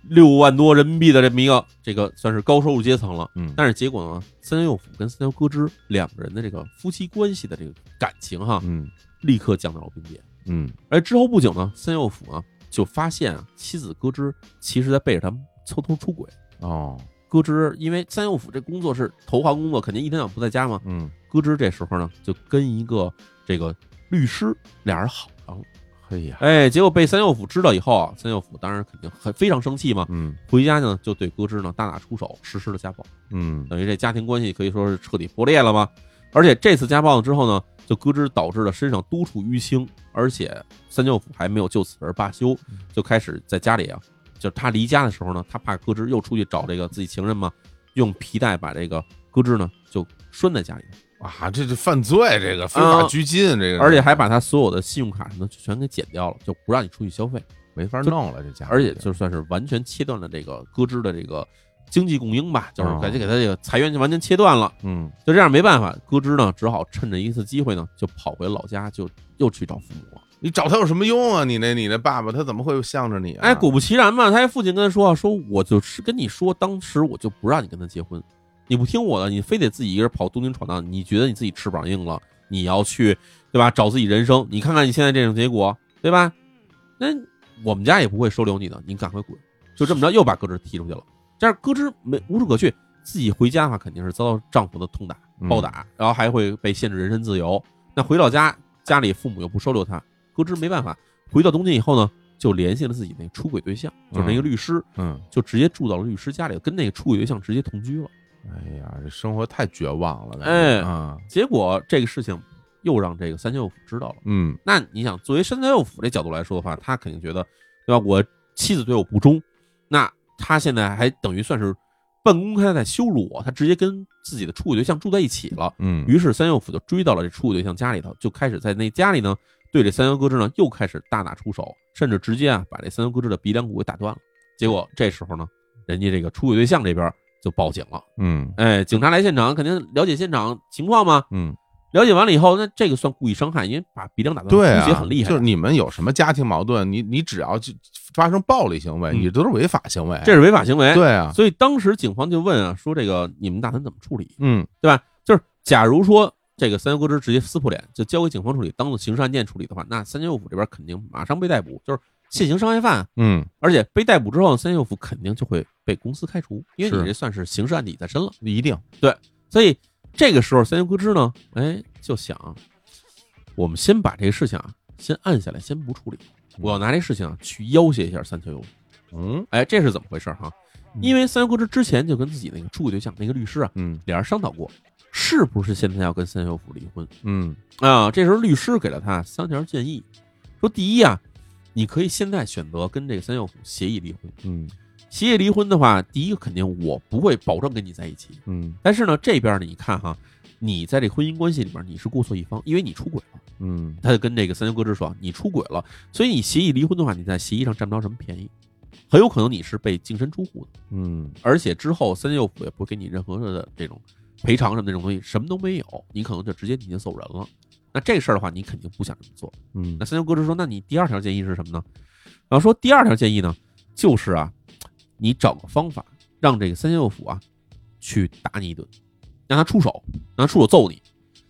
六万多人民币的这么一个这个算是高收入阶层了。
嗯，
但是结果呢，三舅府跟三桥歌之两个人的这个夫妻关系的这个感情哈，
嗯
立刻降到了冰点。
嗯，
而之后不久呢，三右辅啊就发现啊妻子歌之其实在背着他们偷偷出轨。
哦，
歌之因为三右辅这工作是投行工作，肯定一天到晚不在家嘛。
嗯，
歌之这时候呢就跟一个这个律师俩人好上了，
嘿呀，
哎，结果被三右辅知道以后啊，三右辅当然肯定很非常生气嘛，
嗯
回家呢就对歌之呢大打出手，实施了家暴。
嗯
等于这家庭关系可以说是彻底破裂了吗？而且这次家暴之后呢，就咯吱导致了身上多处淤青，而且三舅父还没有就此而罢休，就开始在家里啊，就是他离家的时候呢，他怕咯吱又出去找这个自己情人嘛，用皮带把这个咯吱呢就拴在家里，
啊，这是犯罪，这个非法
嗯
拘禁，这个，
而且还把他所有的信用卡什么的全给剪掉了，就不让你出去消费，
没法弄了，这家伙，
而且就算是完全切断了这个咯吱的这个经济供应吧，就是
哦
感觉给他这个财源就完全切断了。
嗯
就这样没办法，咯吱呢只好趁着一次机会呢，就跑回老家，就又去找父母了。
你找他有什么用啊？你那你那爸爸他怎么会向着你、啊？
哎，果不其然嘛，他父亲跟他说啊，说我就是跟你说，当时我就不让你跟他结婚，你不听我的，你非得自己一个人跑东京闯荡，你觉得你自己翅膀硬了，你要去对吧？找自己人生，你看看你现在这种结果，对吧？那我们家也不会收留你的，你赶快滚！就这么着，又把咯吱踢出去了。这样咯吱没无处可去，自己回家的话肯定是遭到丈夫的痛打。
嗯
暴，打，然后还会被限制人身自由。那回到家，家里父母又不收留他，咯吱没办法。回到东京以后呢，就联系了自己那个出轨对象，就是那个律师，
嗯，
就直接住到了律师家里，跟那个出轨对象直接同居了。
哎呀，这生活太绝望了，感觉
哎
啊，
结果这个事情又让这个三千右辅知道了。
嗯
那你想，作为三千右辅这角度来说的话，他肯定觉得，对吧？我妻子对我不忠，那他现在还等于算是办公他在羞辱我，他直接跟自己的处女对象住在一起了。
嗯，
于是三右辅就追到了这处女对象家里头，就开始在那家里呢，对这三幺哥之呢又开始大打出手，甚至直接啊把这三幺哥之的鼻梁骨给打断了。结果这时候呢，人家这个处女对象这边就报警了。
嗯
哎，警察来现场肯定了解现场情况嘛，
嗯，
了解完了以后，那这个算故意伤害，因为把鼻梁打断，
对啊，
估嗯计很厉害。
就是你们有什么家庭矛盾，你你只要就发生暴力行为，
嗯
你都是违法行为。
这是违法行为。，
对啊，
所以当时警方就问啊，说这个你们打算怎么处理？
嗯
对吧？就是假如说这个三幺哥之直接撕破脸，就交给警方处理，当做刑事案件处理的话，那三舅府这边肯定马上被逮捕，就是现行伤害犯，
嗯，
而且被逮捕之后，三舅府肯定就会被公司开除，因为你
是
这算是刑事案底在身了。
一定，
所以这个时候，三舅哥之呢，哎，就想，我们先把这个事情啊，先按下来，先不处理。我要拿这事情啊去要挟一下三舅友，
嗯
哎，这是怎么回事儿哈、
嗯
因为三舅哥之之前就跟自己那个处理对象那个律师啊，
嗯
俩人商讨过，是不是现在要跟三舅府离婚
嗯
啊？这时候律师给了他三条建议，说第一啊，你可以现在选择跟这个三舅府协议离婚。
嗯
协议离婚的话，第一个肯定我不会保证跟你在一起，
嗯
但是呢，这边呢，你看哈，你在这婚姻关系里面你是过错一方，因为你出轨了。
嗯
他就跟这个三舅哥之说，你出轨了，所以你协议离婚的话，你在协议上占不着什么便宜，很有可能你是被净身出户的，
嗯
而且之后三舅府也不会给你任何的这种赔偿什么那种东西，什么都没有，你可能就直接你就走人了。那这事儿的话，你肯定不想这么做。
嗯
那三舅哥之说，那你第二条建议是什么呢？然后说第二条建议呢，就是啊，你找个方法让这个三舅府啊去打你一顿，让他出手，让他出手揍你。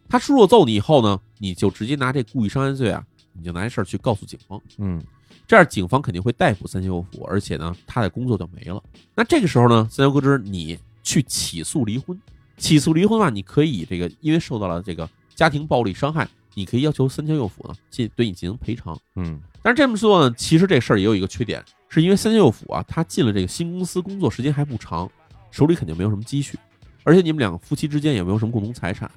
他出手揍你以后呢，你就直接拿这故意伤害罪啊，你就拿这事儿去告诉警方，
嗯
这样警方肯定会逮捕三舅府，而且呢，他的工作就没了。那这个时候呢，三舅哥之你去起诉离婚，起诉离婚啊，你可以这个因为受到了这个家庭暴力伤害，你可以要求三舅府呢进对你进行赔偿。
嗯
但是这么做呢，其实这事儿也有一个缺点，是因为三舅府啊，他进了这个新公司工作时间还不长，手里肯定没有什么积蓄，而且你们两个夫妻之间也没有什么共同财产，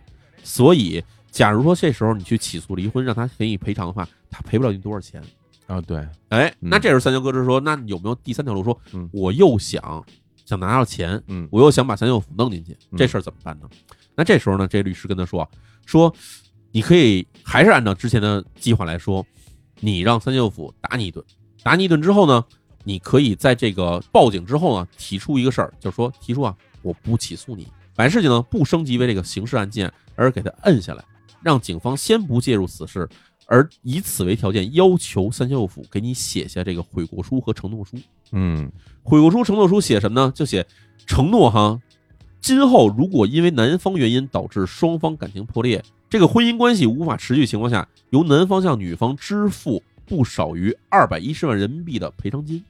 所以假如说这时候你去起诉离婚，让他给你赔偿的话，他赔不了你多少钱。
啊，对，
哎，那
嗯
这时候三舅哥就说，那你有没有第三条路？说
嗯
我又想想拿到钱，
嗯
我又想把三舅府弄进去，
嗯
这事儿怎么办呢？那这时候呢，这律师跟他说啊，说你可以还是按照之前的计划来说，你让三舅府打你一顿，打你一顿之后呢，你可以在这个报警之后呢，提出一个事儿，就是说提出啊，我不起诉你，把事情呢不升级为这个刑事案件，而给他摁下来，让警方先不介入此事。而以此为条件，要求三舅府给你写下这个悔过书和承诺书。
嗯
悔过书、承诺书写什么呢？就写承诺哈，今后如果因为男方原因导致双方感情破裂，这个婚姻关系无法持续情况下，由男方向女方支付不少于二百一十万人民币的赔偿金。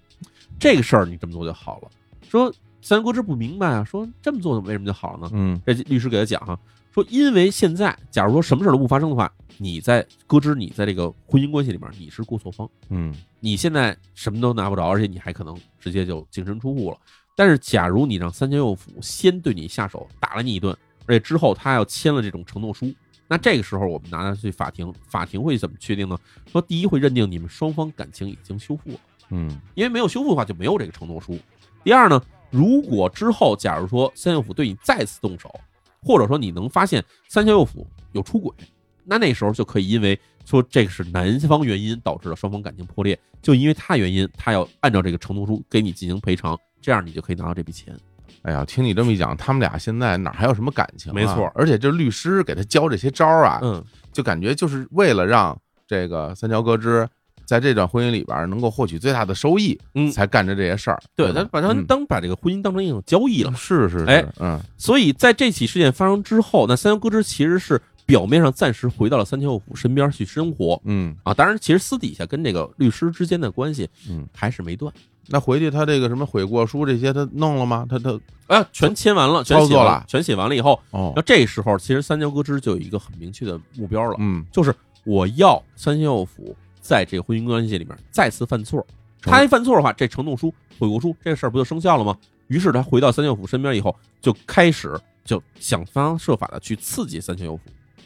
这个事儿你这么做就好了。说三国志不明白啊，说这么做为什么就好了呢？
嗯
这律师给他讲哈、说因为现在假如说什么事儿都不发生的话，你在搁置你在这个婚姻关系里面你是过错方。
嗯
你现在什么都拿不着，而且你还可能直接就净身出户了。但是，假如你让三千右府先对你下手，打了你一顿，而且之后他要签了这种承诺书，那这个时候我们拿他去法庭，法庭会怎么确定呢？说第一会认定你们双方感情已经修复了，
嗯
因为没有修复的话就没有这个承诺书。第二呢，如果之后假如说三千右府对你再次动手，或者说你能发现三千右府有出轨，那那时候就可以因为说这个是男方原因导致了双方感情破裂，就因为他原因，他要按照这个承诺书给你进行赔偿，这样你就可以拿到这笔钱。
哎呀，听你这么一讲，他们俩现在哪还有什么感情、啊？
没错
而且这律师给他教这些招儿啊，
嗯，
就感觉就是为了让这个三桥歌之在这段婚姻里边儿能够获取最大的收益，
嗯
才干着这些事儿。
对，
吧
他把他
嗯
当把这个婚姻当成一种交易了嘛。
是是是，
哎
嗯
所以在这起事件发生之后，那三桥歌之其实是表面上暂时回到了三桥右辅身边去生活
嗯
啊，当然其实私底下跟这个律师之间的关系
嗯，
还是没断。
那回去他这个什么悔过书这些他弄了吗？他他
哎，全签完了，全
操
写
作
完
了
全写完了以后，
哦
那，这时候其实三桥歌之就有一个很明确的目标了，
嗯
就是我要三线右辅在这个婚姻关系里面再次犯错，
承
他一犯错的话，这承诺书、悔过书这个事儿不就生效了吗？于是他回到三线右辅身边以后，就开始就想方设法的去刺激三线右辅。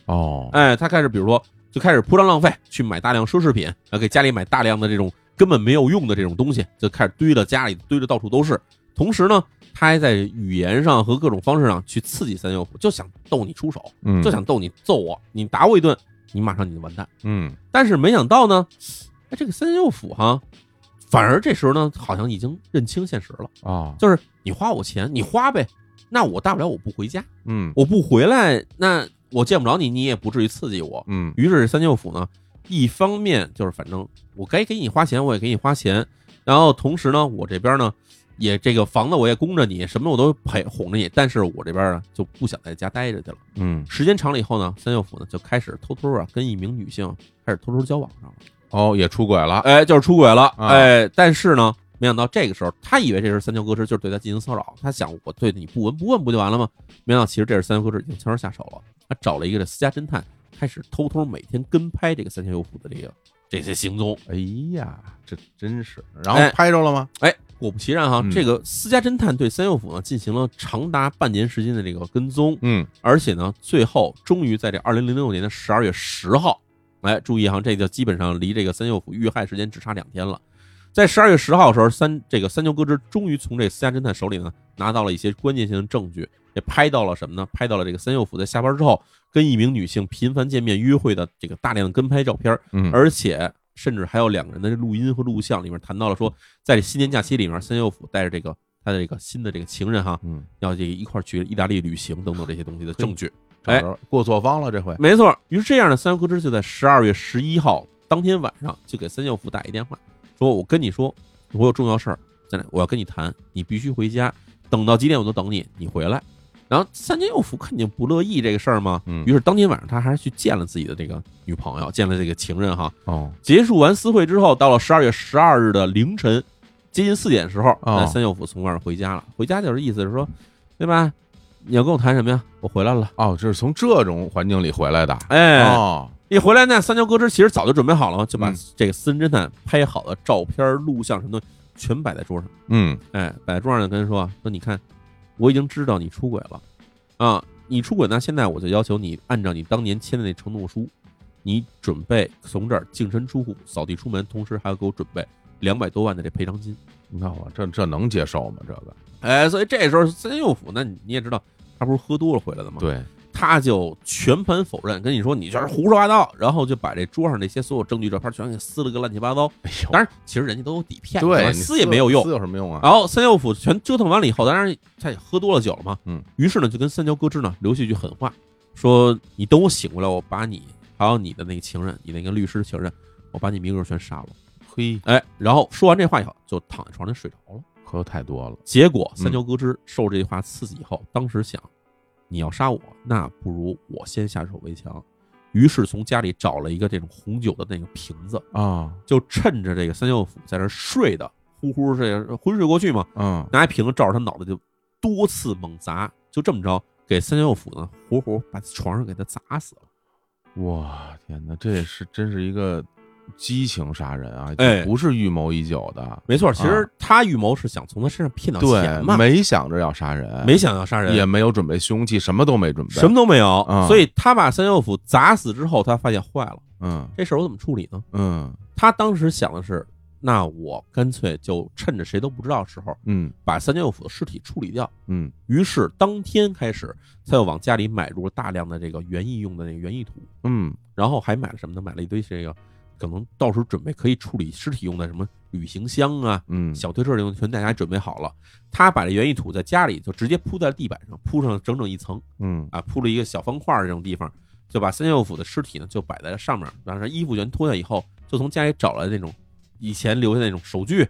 哦，
哎，他开始比如说就开始铺张浪费，去买大量奢侈品，呃啊，给家里买大量的这种根本没有用的这种东西，就开始堆到家里，堆的到处都是。同时呢，他还在语言上和各种方式上去刺激三舅父，就想逗你出手，
嗯，
就想逗你揍我，你打我一顿，你马上你就完蛋。
嗯
但是没想到呢，哎，这个三舅父哈，反而这时候呢，好像已经认清现实了，
啊，
就是你花我钱，你花呗，那我大不了我不回家，
嗯
我不回来，那我见不着你，你也不至于刺激我。
嗯
于是三舅父呢，一方面就是反正我该给你花钱，我也给你花钱，然后同时呢，我这边呢也这个房子我也供着你，什么我都陪哄着你，但是我这边呢就不想在家待着去了。
嗯，
时间长了以后呢，三舅父呢就开始偷偷啊跟一名女性开始偷偷交往上了，
哦，也出轨了，
哎，就是出轨了，
啊
哎，但是呢。没想到这个时候，他以为这是三舅哥是就是对他进行骚扰，他想我对你不闻不问不就完了吗？没想到其实这是三舅哥是已经悄悄下手了，他找了一个这私家侦探，开始偷偷每天跟拍这个三舅父的这个这些行踪。
哎呀，这真是，然后
哎
拍着了吗？
哎，果不其然哈，
嗯
这个私家侦探对三舅父呢进行了长达半年时间的这个跟踪，
嗯
而且呢，最后终于在这二零零六年的十二月十号，哎，注意哈，这就基本上离这个三舅父遇害时间只差两天了。在十二月十号的时候，三这个三舅哥之终于从这私家侦探手里呢拿到了一些关键性的证据，也拍到了什么呢？拍到了这个三舅父在下班之后跟一名女性频繁见面约会的这个大量的跟拍照片，
嗯，
而且甚至还有两个人的录音和录像里面谈到了说，在这新年假期里面，三舅父带着这个他的这个新的这个情人哈，
嗯，
要这个一块儿去意大利旅行等等这些东西的证据。
找着了过错方了这回，
没错，于是这样的三和之就在十二月十一号当天晚上就给三舅父打一电话，说我跟你说，我有重要事儿，咱俩我要跟你谈，你必须回家，等到几点我都等你，你回来。然后三舅父肯定不乐意这个事儿嘛，
嗯
于是当天晚上他还是去见了自己的这个女朋友，见了这个情人哈。
哦，
结束完私会之后，到了十二月十二日的凌晨，接近四点的时候，
哦
那三舅父从外面回家了。回家就是意思是说，对吧？你要跟我谈什么呀？我回来了。
哦，这是从这种环境里回来的，
哎，
哦，
一回来呢，三牛哥之其实早就准备好了，就把
嗯
这个私人侦探拍好的照片、录像什么东西全摆在桌上。
嗯
哎，摆在桌上就跟人说啊说，你看，我已经知道你出轨了啊，你出轨呢，现在我就要求你按照你当年签的那承诺书，你准备从这儿净身出户、扫地出门，同时还要给我准备两百多万的这赔偿金。
你看我这这能接受吗？这个，
哎，所以这时候森右辅，那你你也知道，他不是喝多了回来的吗？
对，
他就全盘否认，跟你说你就是胡说八道，然后就把这桌上这些所有证据照片全给撕了个乱七八糟。
哎
当然，其实人家都有底片，
呦，对，
吧
你
撕也没有用
撕。有什么用啊？
然后三舅父全折腾完了以后，当然他也喝多了酒了嘛，
嗯，
于是呢就跟三舅哥之呢留下一句狠话，说你等我醒过来，我把你还有你的那个情人，你那个律师情人，我把你名额全杀了。
嘿，
哎，然后说完这话以后，就躺在床上睡着了。
喝太多了，
结果
嗯
三牛哥之受这句话刺激以后，当时想，你要杀我，那不如我先下手为强。于是从家里找了一个这种红酒的那个瓶子，
啊，
就趁着这个三舅父在那儿睡的呼呼这个昏睡过 去嘛，
嗯，
拿一瓶子照着他脑袋就多次猛砸，就这么着给三舅父呢活活把床上给他砸死了。
哇，天哪，这是真是一个激情杀人啊！
哎
这不是预谋已久的，
没错，其实他预谋是想从他身上骗到钱嘛，
啊对，没想着要杀人，
没想要杀人，
也没有准备凶器，什么都没准备，
什么都没有。
嗯
所以他把三舅父砸死之后，他发现坏了，
嗯
这事儿我怎么处理呢？
嗯
他当时想的是，那我干脆就趁着谁都不知道的时候，
嗯
把三舅父的尸体处理掉。
嗯，
于是当天开始，他又往家里买入了大量的这个园艺用的那个园艺土，
嗯
然后还买了什么呢？买了一堆这个可能到时候准备可以处理尸体用的什么旅行箱啊、
嗯，
小推车这种全大家准备好了。他把这园艺土在家里就直接铺在地板上，铺上整整一层
嗯
啊，铺了一个小方块儿这种地方，就把三舅父的尸体呢就摆在上面，把这衣服全脱下以后，就从家里找来那种以前留下那种手锯，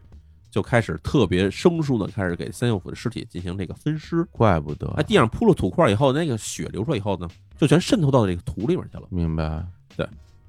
就开始特别生疏的开始给三舅父的尸体进行这个分尸。
怪不得
啊，，地上铺了土块儿以后，那个血流出来以后呢，就全渗透到这个土里面去了。
明白，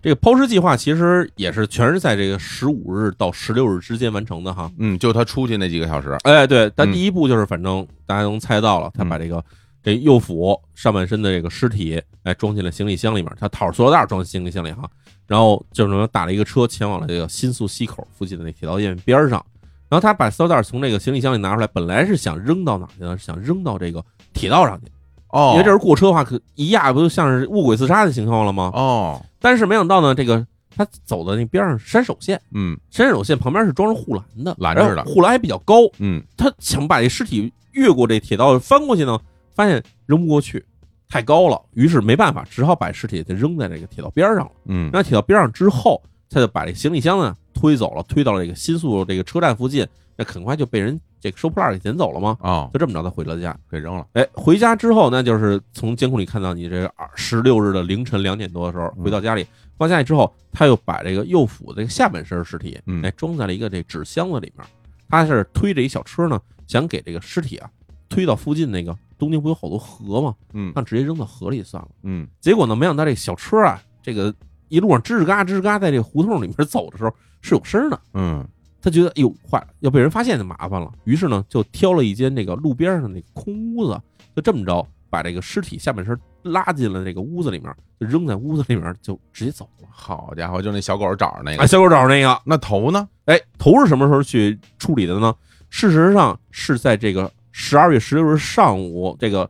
这个抛尸计划其实也是全是在这个十五日到十六日之间完成的哈。
嗯，就他出去那几个小时，
哎，对，但
嗯
第一步就是，反正大家能猜到了，他把这个这右腹上半身的这个尸体，哎，装进了行李箱里面，他套着塑料袋儿装进行李箱里哈，然后就什么打了一个车，前往了这个新宿西口附近的那铁道沿边儿上，然后他把塑料袋儿从这个行李箱里拿出来，本来是想扔到哪儿去呢？是想扔到这个铁道上去，
哦，
因为这是过车的话，可一压不就像是卧轨自杀的情况了吗？
哦，
但是没想到呢，这个它走的那边上是山手线，
嗯
山手线旁边是装着护栏的，
拦着的
然后护栏还比较高，
嗯
他想把这尸体越过这铁道翻过去呢，发现扔不过去，太高了，于是没办法，只好把尸体给扔在这个铁道边上了。
嗯
扔在铁道边上之后，他就把这行李箱呢推走了，推到了这个新宿这个车站附近，那很快就被人这个收破烂给捡走了嘛。
哦，
就这么着，他回了家。
给扔了，
哎，回家之后呢，就是从监控里看到你这个十六日的凌晨两点多的时候
嗯
回到家里，到家里之后，他又把这个右腹这个下半身尸体，
嗯
哎，装在了一个这纸箱子里面。他是推着一小车呢，想给这个尸体啊推到附近那个东京不有好多河吗？
嗯
那直接扔到河里算了。
嗯
结果呢，没想到这小车啊，这个一路上吱吱嘎吱吱嘎，在这胡同里面走的时候是有声儿的。
嗯
他觉得，哎呦，坏了，要被人发现就麻烦了。于是呢，就挑了一间这个路边上那个空屋子，就这么着把这个尸体下半身拉进了这个屋子里面，就扔在屋子里面，就直接走了。
好家伙，就那小狗找着那
啊，
个，
小狗找那个，
那头呢？
哎，头是什么时候去处理的呢？事实上是在这个十二月十六日上午，这个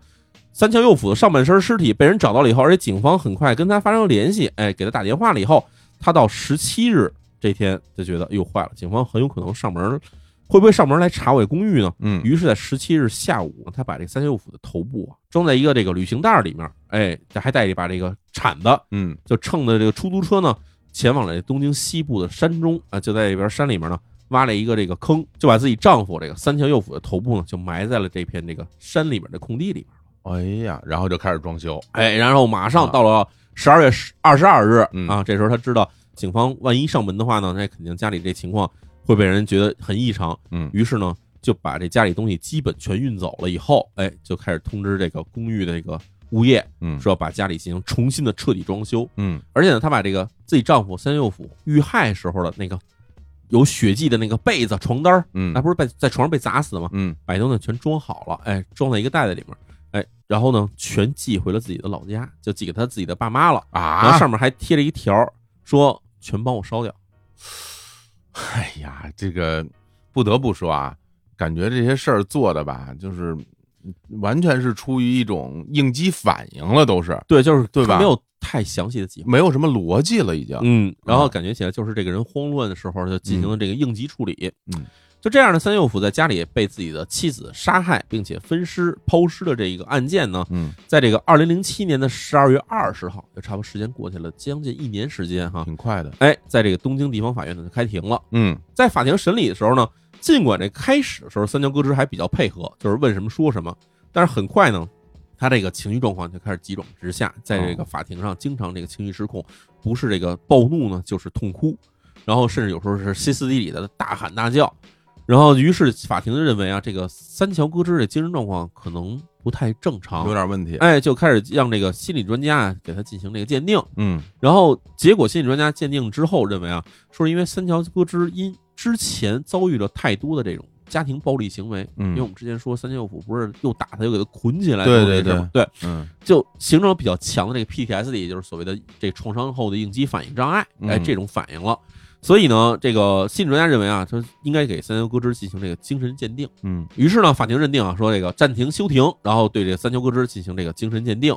三桥右辅的上半身尸体被人找到了以后，而且警方很快跟他发生了联系，哎，给他打电话了以后，他到十七日这天就觉得，哎呦坏了，警方很有可能上门，会不会上门来查我这公寓呢？
嗯
于是，在十七日下午，他把这个三桥右辅的头部啊装在一个这个旅行袋儿里面，哎，还带着一把这个铲子，
嗯
就乘着这个出租车呢，前往了东京西部的山中啊，就在这边山里面呢挖了一个这个坑，就把自己丈夫这个三桥右辅的头部呢就埋在了这片这个山里面的空地里面。
哎呀，然后就开始装修，
哎，然后马上到了十二月二十二日
啊嗯
啊，这时候他知道警方万一上门的话呢，那肯定家里这情况会被人觉得很异常，
嗯
于是呢就把这家里东西基本全运走了以后，哎，就开始通知这个公寓的这个物业
嗯
说要把家里进行重新的彻底装修。
嗯
而且呢，她把这个自己丈夫三右辅遇害时候的那个有血迹的那个被子、床单儿，
嗯
那不是被在床上被砸死的吗？
嗯
把东西全装好了，哎，装在一个袋子里面，哎，然后呢，全寄回了自己的老家，就寄给他自己的爸妈了。然
啊
后，上面还贴了一条儿，说全帮我烧掉。
哎呀，这个不得不说啊，感觉这些事儿做的吧，就是完全是出于一种应激反应了，都是
对，就是
对吧
他没有太详细的计划。
没有什么逻辑了，已经。
嗯，然后感觉起来就是这个人慌乱的时候就进行了这个应急处理。
嗯，
就这样呢，三右辅在家里被自己的妻子杀害并且分尸抛尸的这一个案件呢，
嗯，
在这个二零零七年的十二月二十号，就差不多时间过去了，将近一年时间哈。
挺快的。
哎，在这个东京地方法院呢就开庭了。
嗯
在法庭审理的时候呢，尽管这开始的时候三桥歌之还比较配合，就是问什么说什么，但是很快呢，他这个情绪状况就开始急转直下，在这个法庭上经常这个情绪失控，不是这个暴怒呢，就是痛哭，然后甚至有时候是歇斯底里的大喊大叫。然后，于是法庭就认为啊，这个三桥歌之的精神状况可能不太正常，
有点问题。
哎，就开始让这个心理专家啊给他进行这个鉴定。
嗯
然后结果心理专家鉴定之后认为啊，说是因为三桥歌之因之前遭遇了太多的这种家庭暴力行为，因为我
嗯
们之前说三桥右辅不是又打他又给他捆起来，
对
又是
对
什么对，
嗯
就形成了比较强的这个 PTSD，也就是所谓的这创伤后的应激反应障碍，哎，
嗯
这种反应了。所以呢，这个心理专家认为啊，他应该给三桥歌之进行这个精神鉴定。
嗯
于是呢，法庭认定啊，说这个暂停休庭，然后对这个三桥歌之进行这个精神鉴定。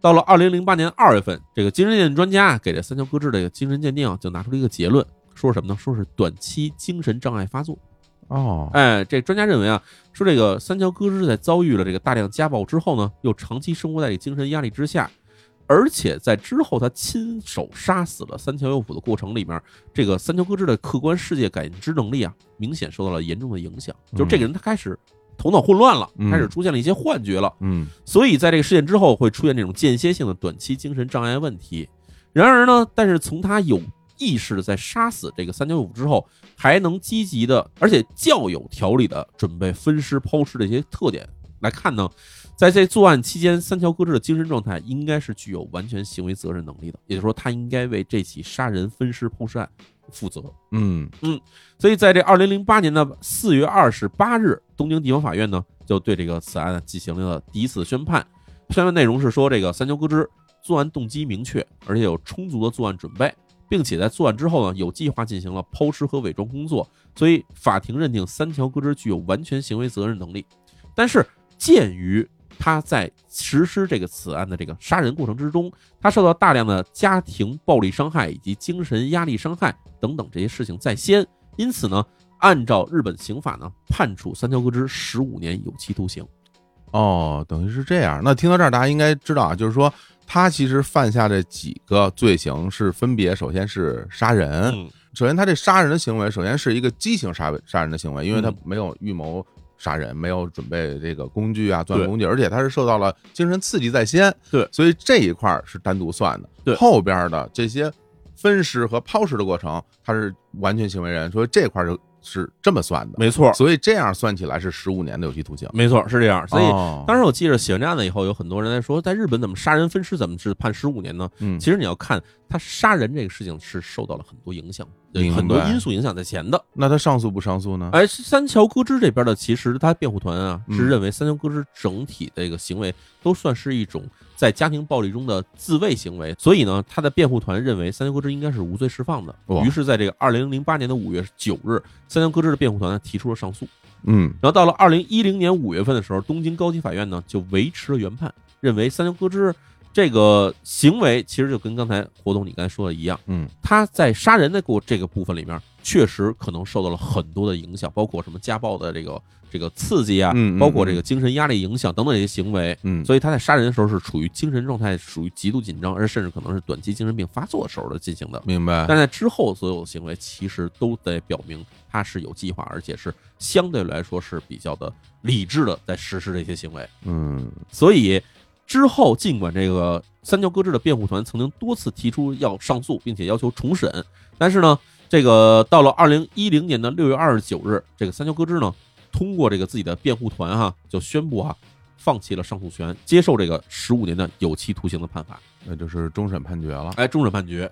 到了二零零八年二月份，这个精神鉴定专家啊给这三桥歌之这个精神鉴定啊就拿出了一个结论，说是什么呢？说是短期精神障碍发作。
哦
哎，这专家认为啊，说这个三桥歌之在遭遇了这个大量家暴之后呢，又长期生活在这个精神压力之下，而且在之后他亲手杀死了三桥右辅的过程里面，这个三桥歌之的客观世界感知能力啊，明显受到了严重的影响。就是这个人他开始头脑混乱了，
嗯
开始出现了一些幻觉了，
嗯
所以在这个事件之后会出现这种间歇性的短期精神障碍问题。然而呢，但是从他有意识的在杀死这个三九五之后，还能积极呃的，而且较有条理的准备分尸抛尸的一些特点来看呢，在这作案期间，三桥歌之的精神状态应该是具有完全行为责任能力的，也就是说，他应该为这起杀人分尸抛尸案负责。
嗯
所以在这二零零八年的四月二十八日，东京地方法院呢就对这个此案进行了第一次宣判。宣判内容是说，这个三桥歌之作案动机明确，而且有充足的作案准备，并且在作案之后呢，有计划进行了抛尸和伪装工作。所以法庭认定三桥歌之具有完全行为责任能力。但是鉴于他在实施这个此案的这个杀人过程之中，他受到大量的家庭暴力伤害以及精神压力伤害等等这些事情在先，因此呢，按照日本刑法呢，判处三桥歌之十五年有期徒刑。
哦，等于是这样。那听到这儿，大家应该知道啊，就是说他其实犯下这几个罪行是分别，首先是杀人，
嗯，
首先他这杀人的行为，首先是一个激情杀杀人的行为，因为他
嗯
没有预谋杀人，没有准备这个工具啊、作
对
案工具，而且他是受到了精神刺激在先，
对
所以这一块儿是单独算的。
对
后边的这些分尸和抛尸的过程，他是完全行为人，所以这块儿就是这么算的。
没错，
所以这样算起来是十五年的有期徒刑。
没错，是这样。所以
哦
当时我记着写完这案子以后，有很多人在说，在日本怎么杀人分尸怎么是判十五年呢？
嗯，
其实你要看他杀人这个事情是受到了很多影响，有
明白
很多因素影响在前的。
那他上诉不上诉呢？
哎，三桥歌之这边的，其实他辩护团啊
啊嗯
是认为三桥歌之整体的一个行为都算是一种在家庭暴力中的自卫行为，所以呢，他的辩护团认为三桥歌之应该是无罪释放的。
哇
于是，在这个二零零八年的五月九日，三桥歌之的辩护团呢提出了上诉。
嗯，
然后到了二零一零年五月份的时候，东京高级法院呢就维持了原判，认为三桥歌之这个行为其实就跟刚才活动你刚才说的一样，
嗯，
他在杀人的过这个部分里面，确实可能受到了很多的影响，包括什么家暴的这个这个刺激啊，
嗯嗯
包括这个精神压力影响等等这些行为。
嗯，
所以他在杀人的时候是处于精神状态，属于极度紧张，而甚至可能是短期精神病发作时候的进行的。
明白。
但在之后所有的行为，其实都得表明他是有计划，而且是相对来说是比较的理智的在实施这些行为。
嗯，
所以之后，尽管这个三桥歌之的辩护团曾经多次提出要上诉，并且要求重审，但是呢，这个到了二零一零年的六月二十九日，这个三桥歌之呢，通过这个自己的辩护团哈、就宣布哈、放弃了上诉权，接受这个十五年的有期徒刑的判罚，
那就是终审判决了。
哎，终审判决，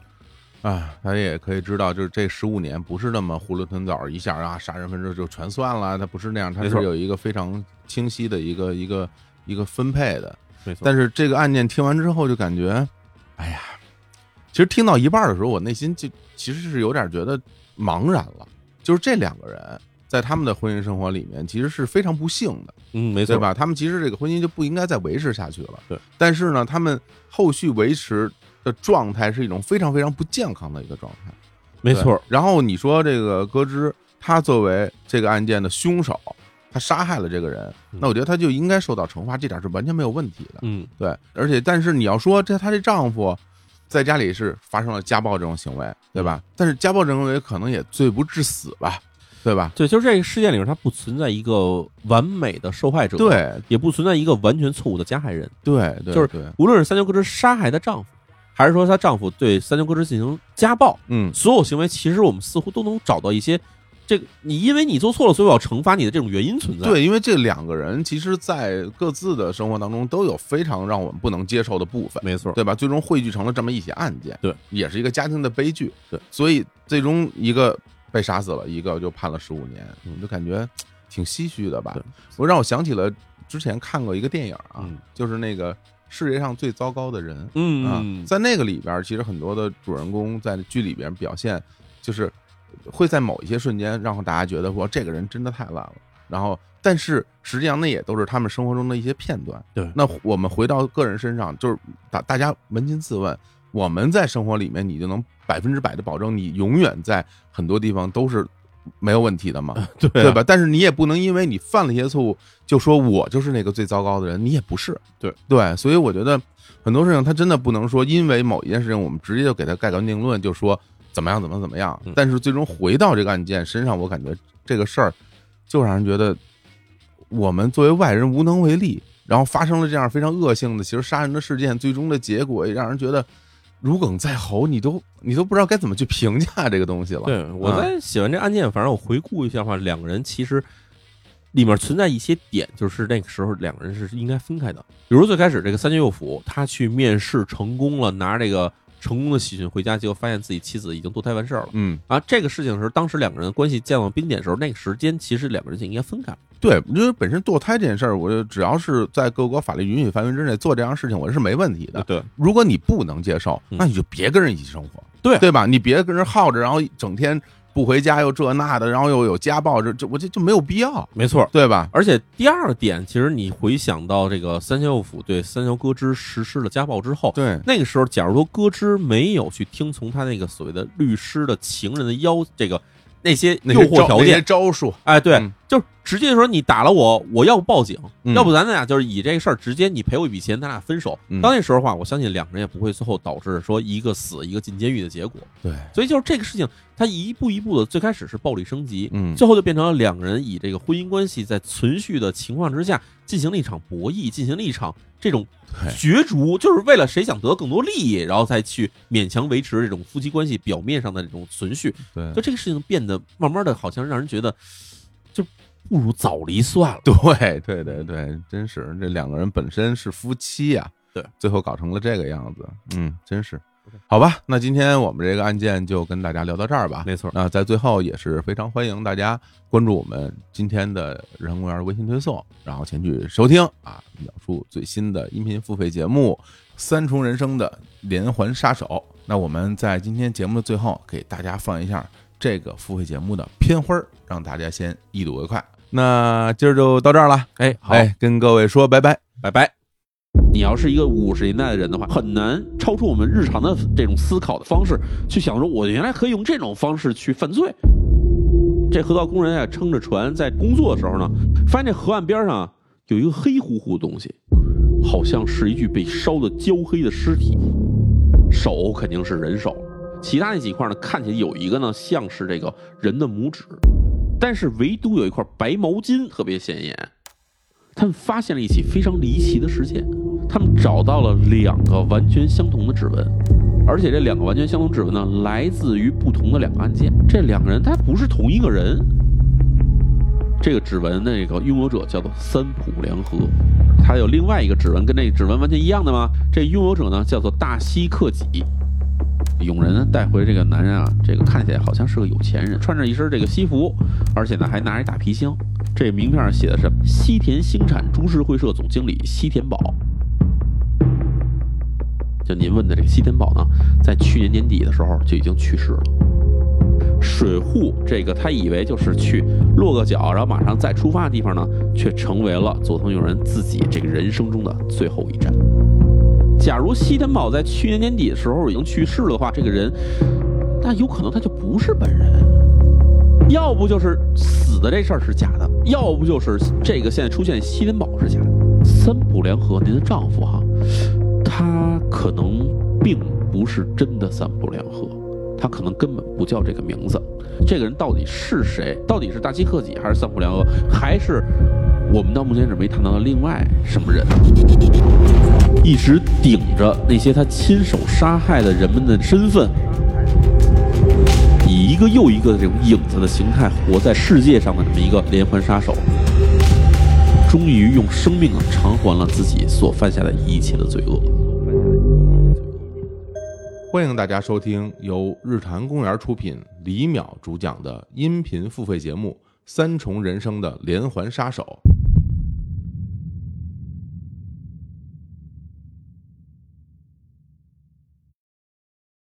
啊，大家也可以知道，就是这十五年不是那么囫囵吞枣一下啊，杀人分尸就全算了，它不是那样，它
没
是
错
有一个非常清晰的一个一个一个分配的。
没错，
但是这个案件听完之后，就感觉，哎呀，其实听到一半的时候，我内心就其实是有点觉得茫然了，就是这两个人在他们的婚姻生活里面其实是非常不幸的。
嗯，没错
对？吧？他们其实这个婚姻就不应该再维持下去了。
对，
但是呢，他们后续维持的状态是一种非常非常不健康的一个状态。
没错
对，。然后你说这个歌之，他作为这个案件的凶手，他杀害了这个人，
嗯
那我觉得他就应该受到惩罚，这点是完全没有问题的。
嗯，
对，而且但是你要说这她这丈夫在家里是发生了家暴这种行为，对吧？但是家暴这种行为可能也罪不至死吧，对吧？
对，就是这个事件里面，它不存在一个完美的受害者，，
对
也不存在一个完全错误的加害人。
对对，
就是
对，
无论是三桥歌之杀害她丈夫，还是说她丈夫对三桥歌之进行家暴，
嗯，
所有行为其实我们似乎都能找到一些这个你因为你做错了，所以我要惩罚你的这种原因存在。，
嗯对，因为这两个人其实，在各自的生活当中都有非常让我们不能接受的部分，
没错，
对吧？最终汇聚成了这么一起案件，
对，
也是一个家庭的悲剧，
对，
所以最终一个被杀死了，一个就判了十五年，
嗯
我就感觉挺唏嘘的吧
对。
我让我想起了之前看过一个电影啊，
嗯
就是那个世界上最糟糕的人，啊
嗯，，
在那个里边儿，其实很多的主人公在剧里边表现，就是会在某一些瞬间让大家觉得哇，这个人真的太烂了。然后，但是实际上那也都是他们生活中的一些片段。
对
那我们回到个人身上，就是大大家扪心自问，我们在生活里面，你就能百分之百的保证你永远在很多地方都是没有问题的吗？
对啊
对吧？但是你也不能因为你犯了一些错误，就说我就是那个最糟糕的人，你也不是。
对
对，所以我觉得很多事情他真的不能说，因为某一件事情我们直接就给他盖棺定论，就说怎么样怎么怎么样
嗯。
但是最终回到这个案件身上，我感觉这个事儿就让人觉得我们作为外人无能为力。然后发生了这样非常恶性的，其实杀人的事件，最终的结果也让人觉得如鲠在喉，你都你都不知道该怎么去评价这个东西了。
对，我在写完这案件，反正我回顾一下的话，两个人其实里面存在一些点，就是那个时候两个人是应该分开的。比如最开始这个三桥佑辅，他去面试成功了，拿这个成功的喜讯回家，结果发现自己妻子已经堕胎完事儿了。
嗯，
啊，这个事情的时候，当时两个人的关系降到冰点的时候，那个时间其实两个人就应该分开了。
对，因为本身堕胎这件事儿，我就只要是在各国法律允许范围之内做这样的事情，我是没问题的。
对，
如果你不能接受，
嗯
那你就别跟人一起生活，
对
对吧？你别跟人耗着，然后整天不回家又这那的，然后又有家暴，这这我这就没有必要，
没错。
对吧？
而且第二点，其实你回想到这个三桥府对三桥歌之实施了家暴之后，
对，
那个时候，假如说歌之没有去听从他那个所谓的律师的情人的要这个那些
那
诱
些
惑
招
条
那些
件，
招数，
哎，对，
嗯
就是直接说你打了我，我要不报警，
嗯
要不咱俩就是以这个事儿直接你赔我一笔钱，咱俩分手。
嗯
到那时候的话，我相信两个人也不会最后导致说一个死一个进监狱的结果。
对，
所以就是这个事情，它一步一步的，最开始是暴力升级，
嗯
最后就变成了两个人以这个婚姻关系在存续的情况之下，进行了一场博弈，进行了一场这种
对
角逐，就是为了谁想得更多利益，然后再去勉强维持这种夫妻关系表面上的这种存续。
对
就这个事情变得慢慢的，好像让人觉得就不如早离算了。
对对对对，真是这两个人本身是夫妻呀、
嗯对，
最后搞成了这个样子，嗯，真是。好吧，那今天我们这个案件就跟大家聊到这儿吧。
没错
那在最后也是非常欢迎大家关注我们今天的人工公园微信推送，然后前去收听啊，秒叔最新的音频付费节目《三重人生的连环杀手》。那我们在今天节目的最后给大家放一下这个付费节目的片花儿，让大家先一睹为快。那今儿就到这儿了，
哎，好，
哎，跟各位说拜拜。
拜拜。你要是一个五十年代的人的话，很难超出我们日常的这种思考的方式去想说，我原来可以用这种方式去犯罪。这河道工人啊，撑着船在工作的时候呢，发现这河岸边上啊有一个黑乎乎的东西，好像是一具被烧得焦黑的尸体，手肯定是人手，其他那几块呢，看起来有一个呢像是这个人的拇指，但是唯独有一块白毛巾特别显眼。他们发现了一起非常离奇的事件，他们找到了两个完全相同的指纹，而且这两个完全相同指纹呢，来自于不同的两个案件。这两个人他不是同一个人。这个指纹的那个拥有者叫做三浦良和，他有另外一个指纹跟那个指纹完全一样的吗？这拥有者呢叫做大西克己。永仁呢带回这个男人啊，这个看起来好像是个有钱人，穿着一身这个西服，而且呢还拿着一大皮箱。这名片上写的是西田兴产株式会社总经理西田宝。就您问的这个西田宝呢，在去年年底的时候就已经去世了。水户这个他以为就是去落个脚，然后马上再出发的地方呢，却成为了佐藤永人自己这个人生中的最后一站。假如西田宝在去年年底的时候已经去世了的话，这个人，那有可能他就不是本人。要不就是死的这事儿是假的，要不就是这个现在出现西林堡是假的。三浦良和，您的丈夫哈，他可能并不是真的三浦良和，他可能根本不叫这个名字。这个人到底是谁？到底是大西克己，还是三浦良和，还是我们到目前为止没谈到的另外什么人？一直顶着那些他亲手杀害的人们的身份，以一个又一个的这种影子的形态活在世界上的这么一个连环杀手，终于用生命啊偿还了自己所犯下的一切的罪恶。
欢迎大家收听由日坛公园出品、李淼主讲的音频付费节目《三重人生的连环杀手》。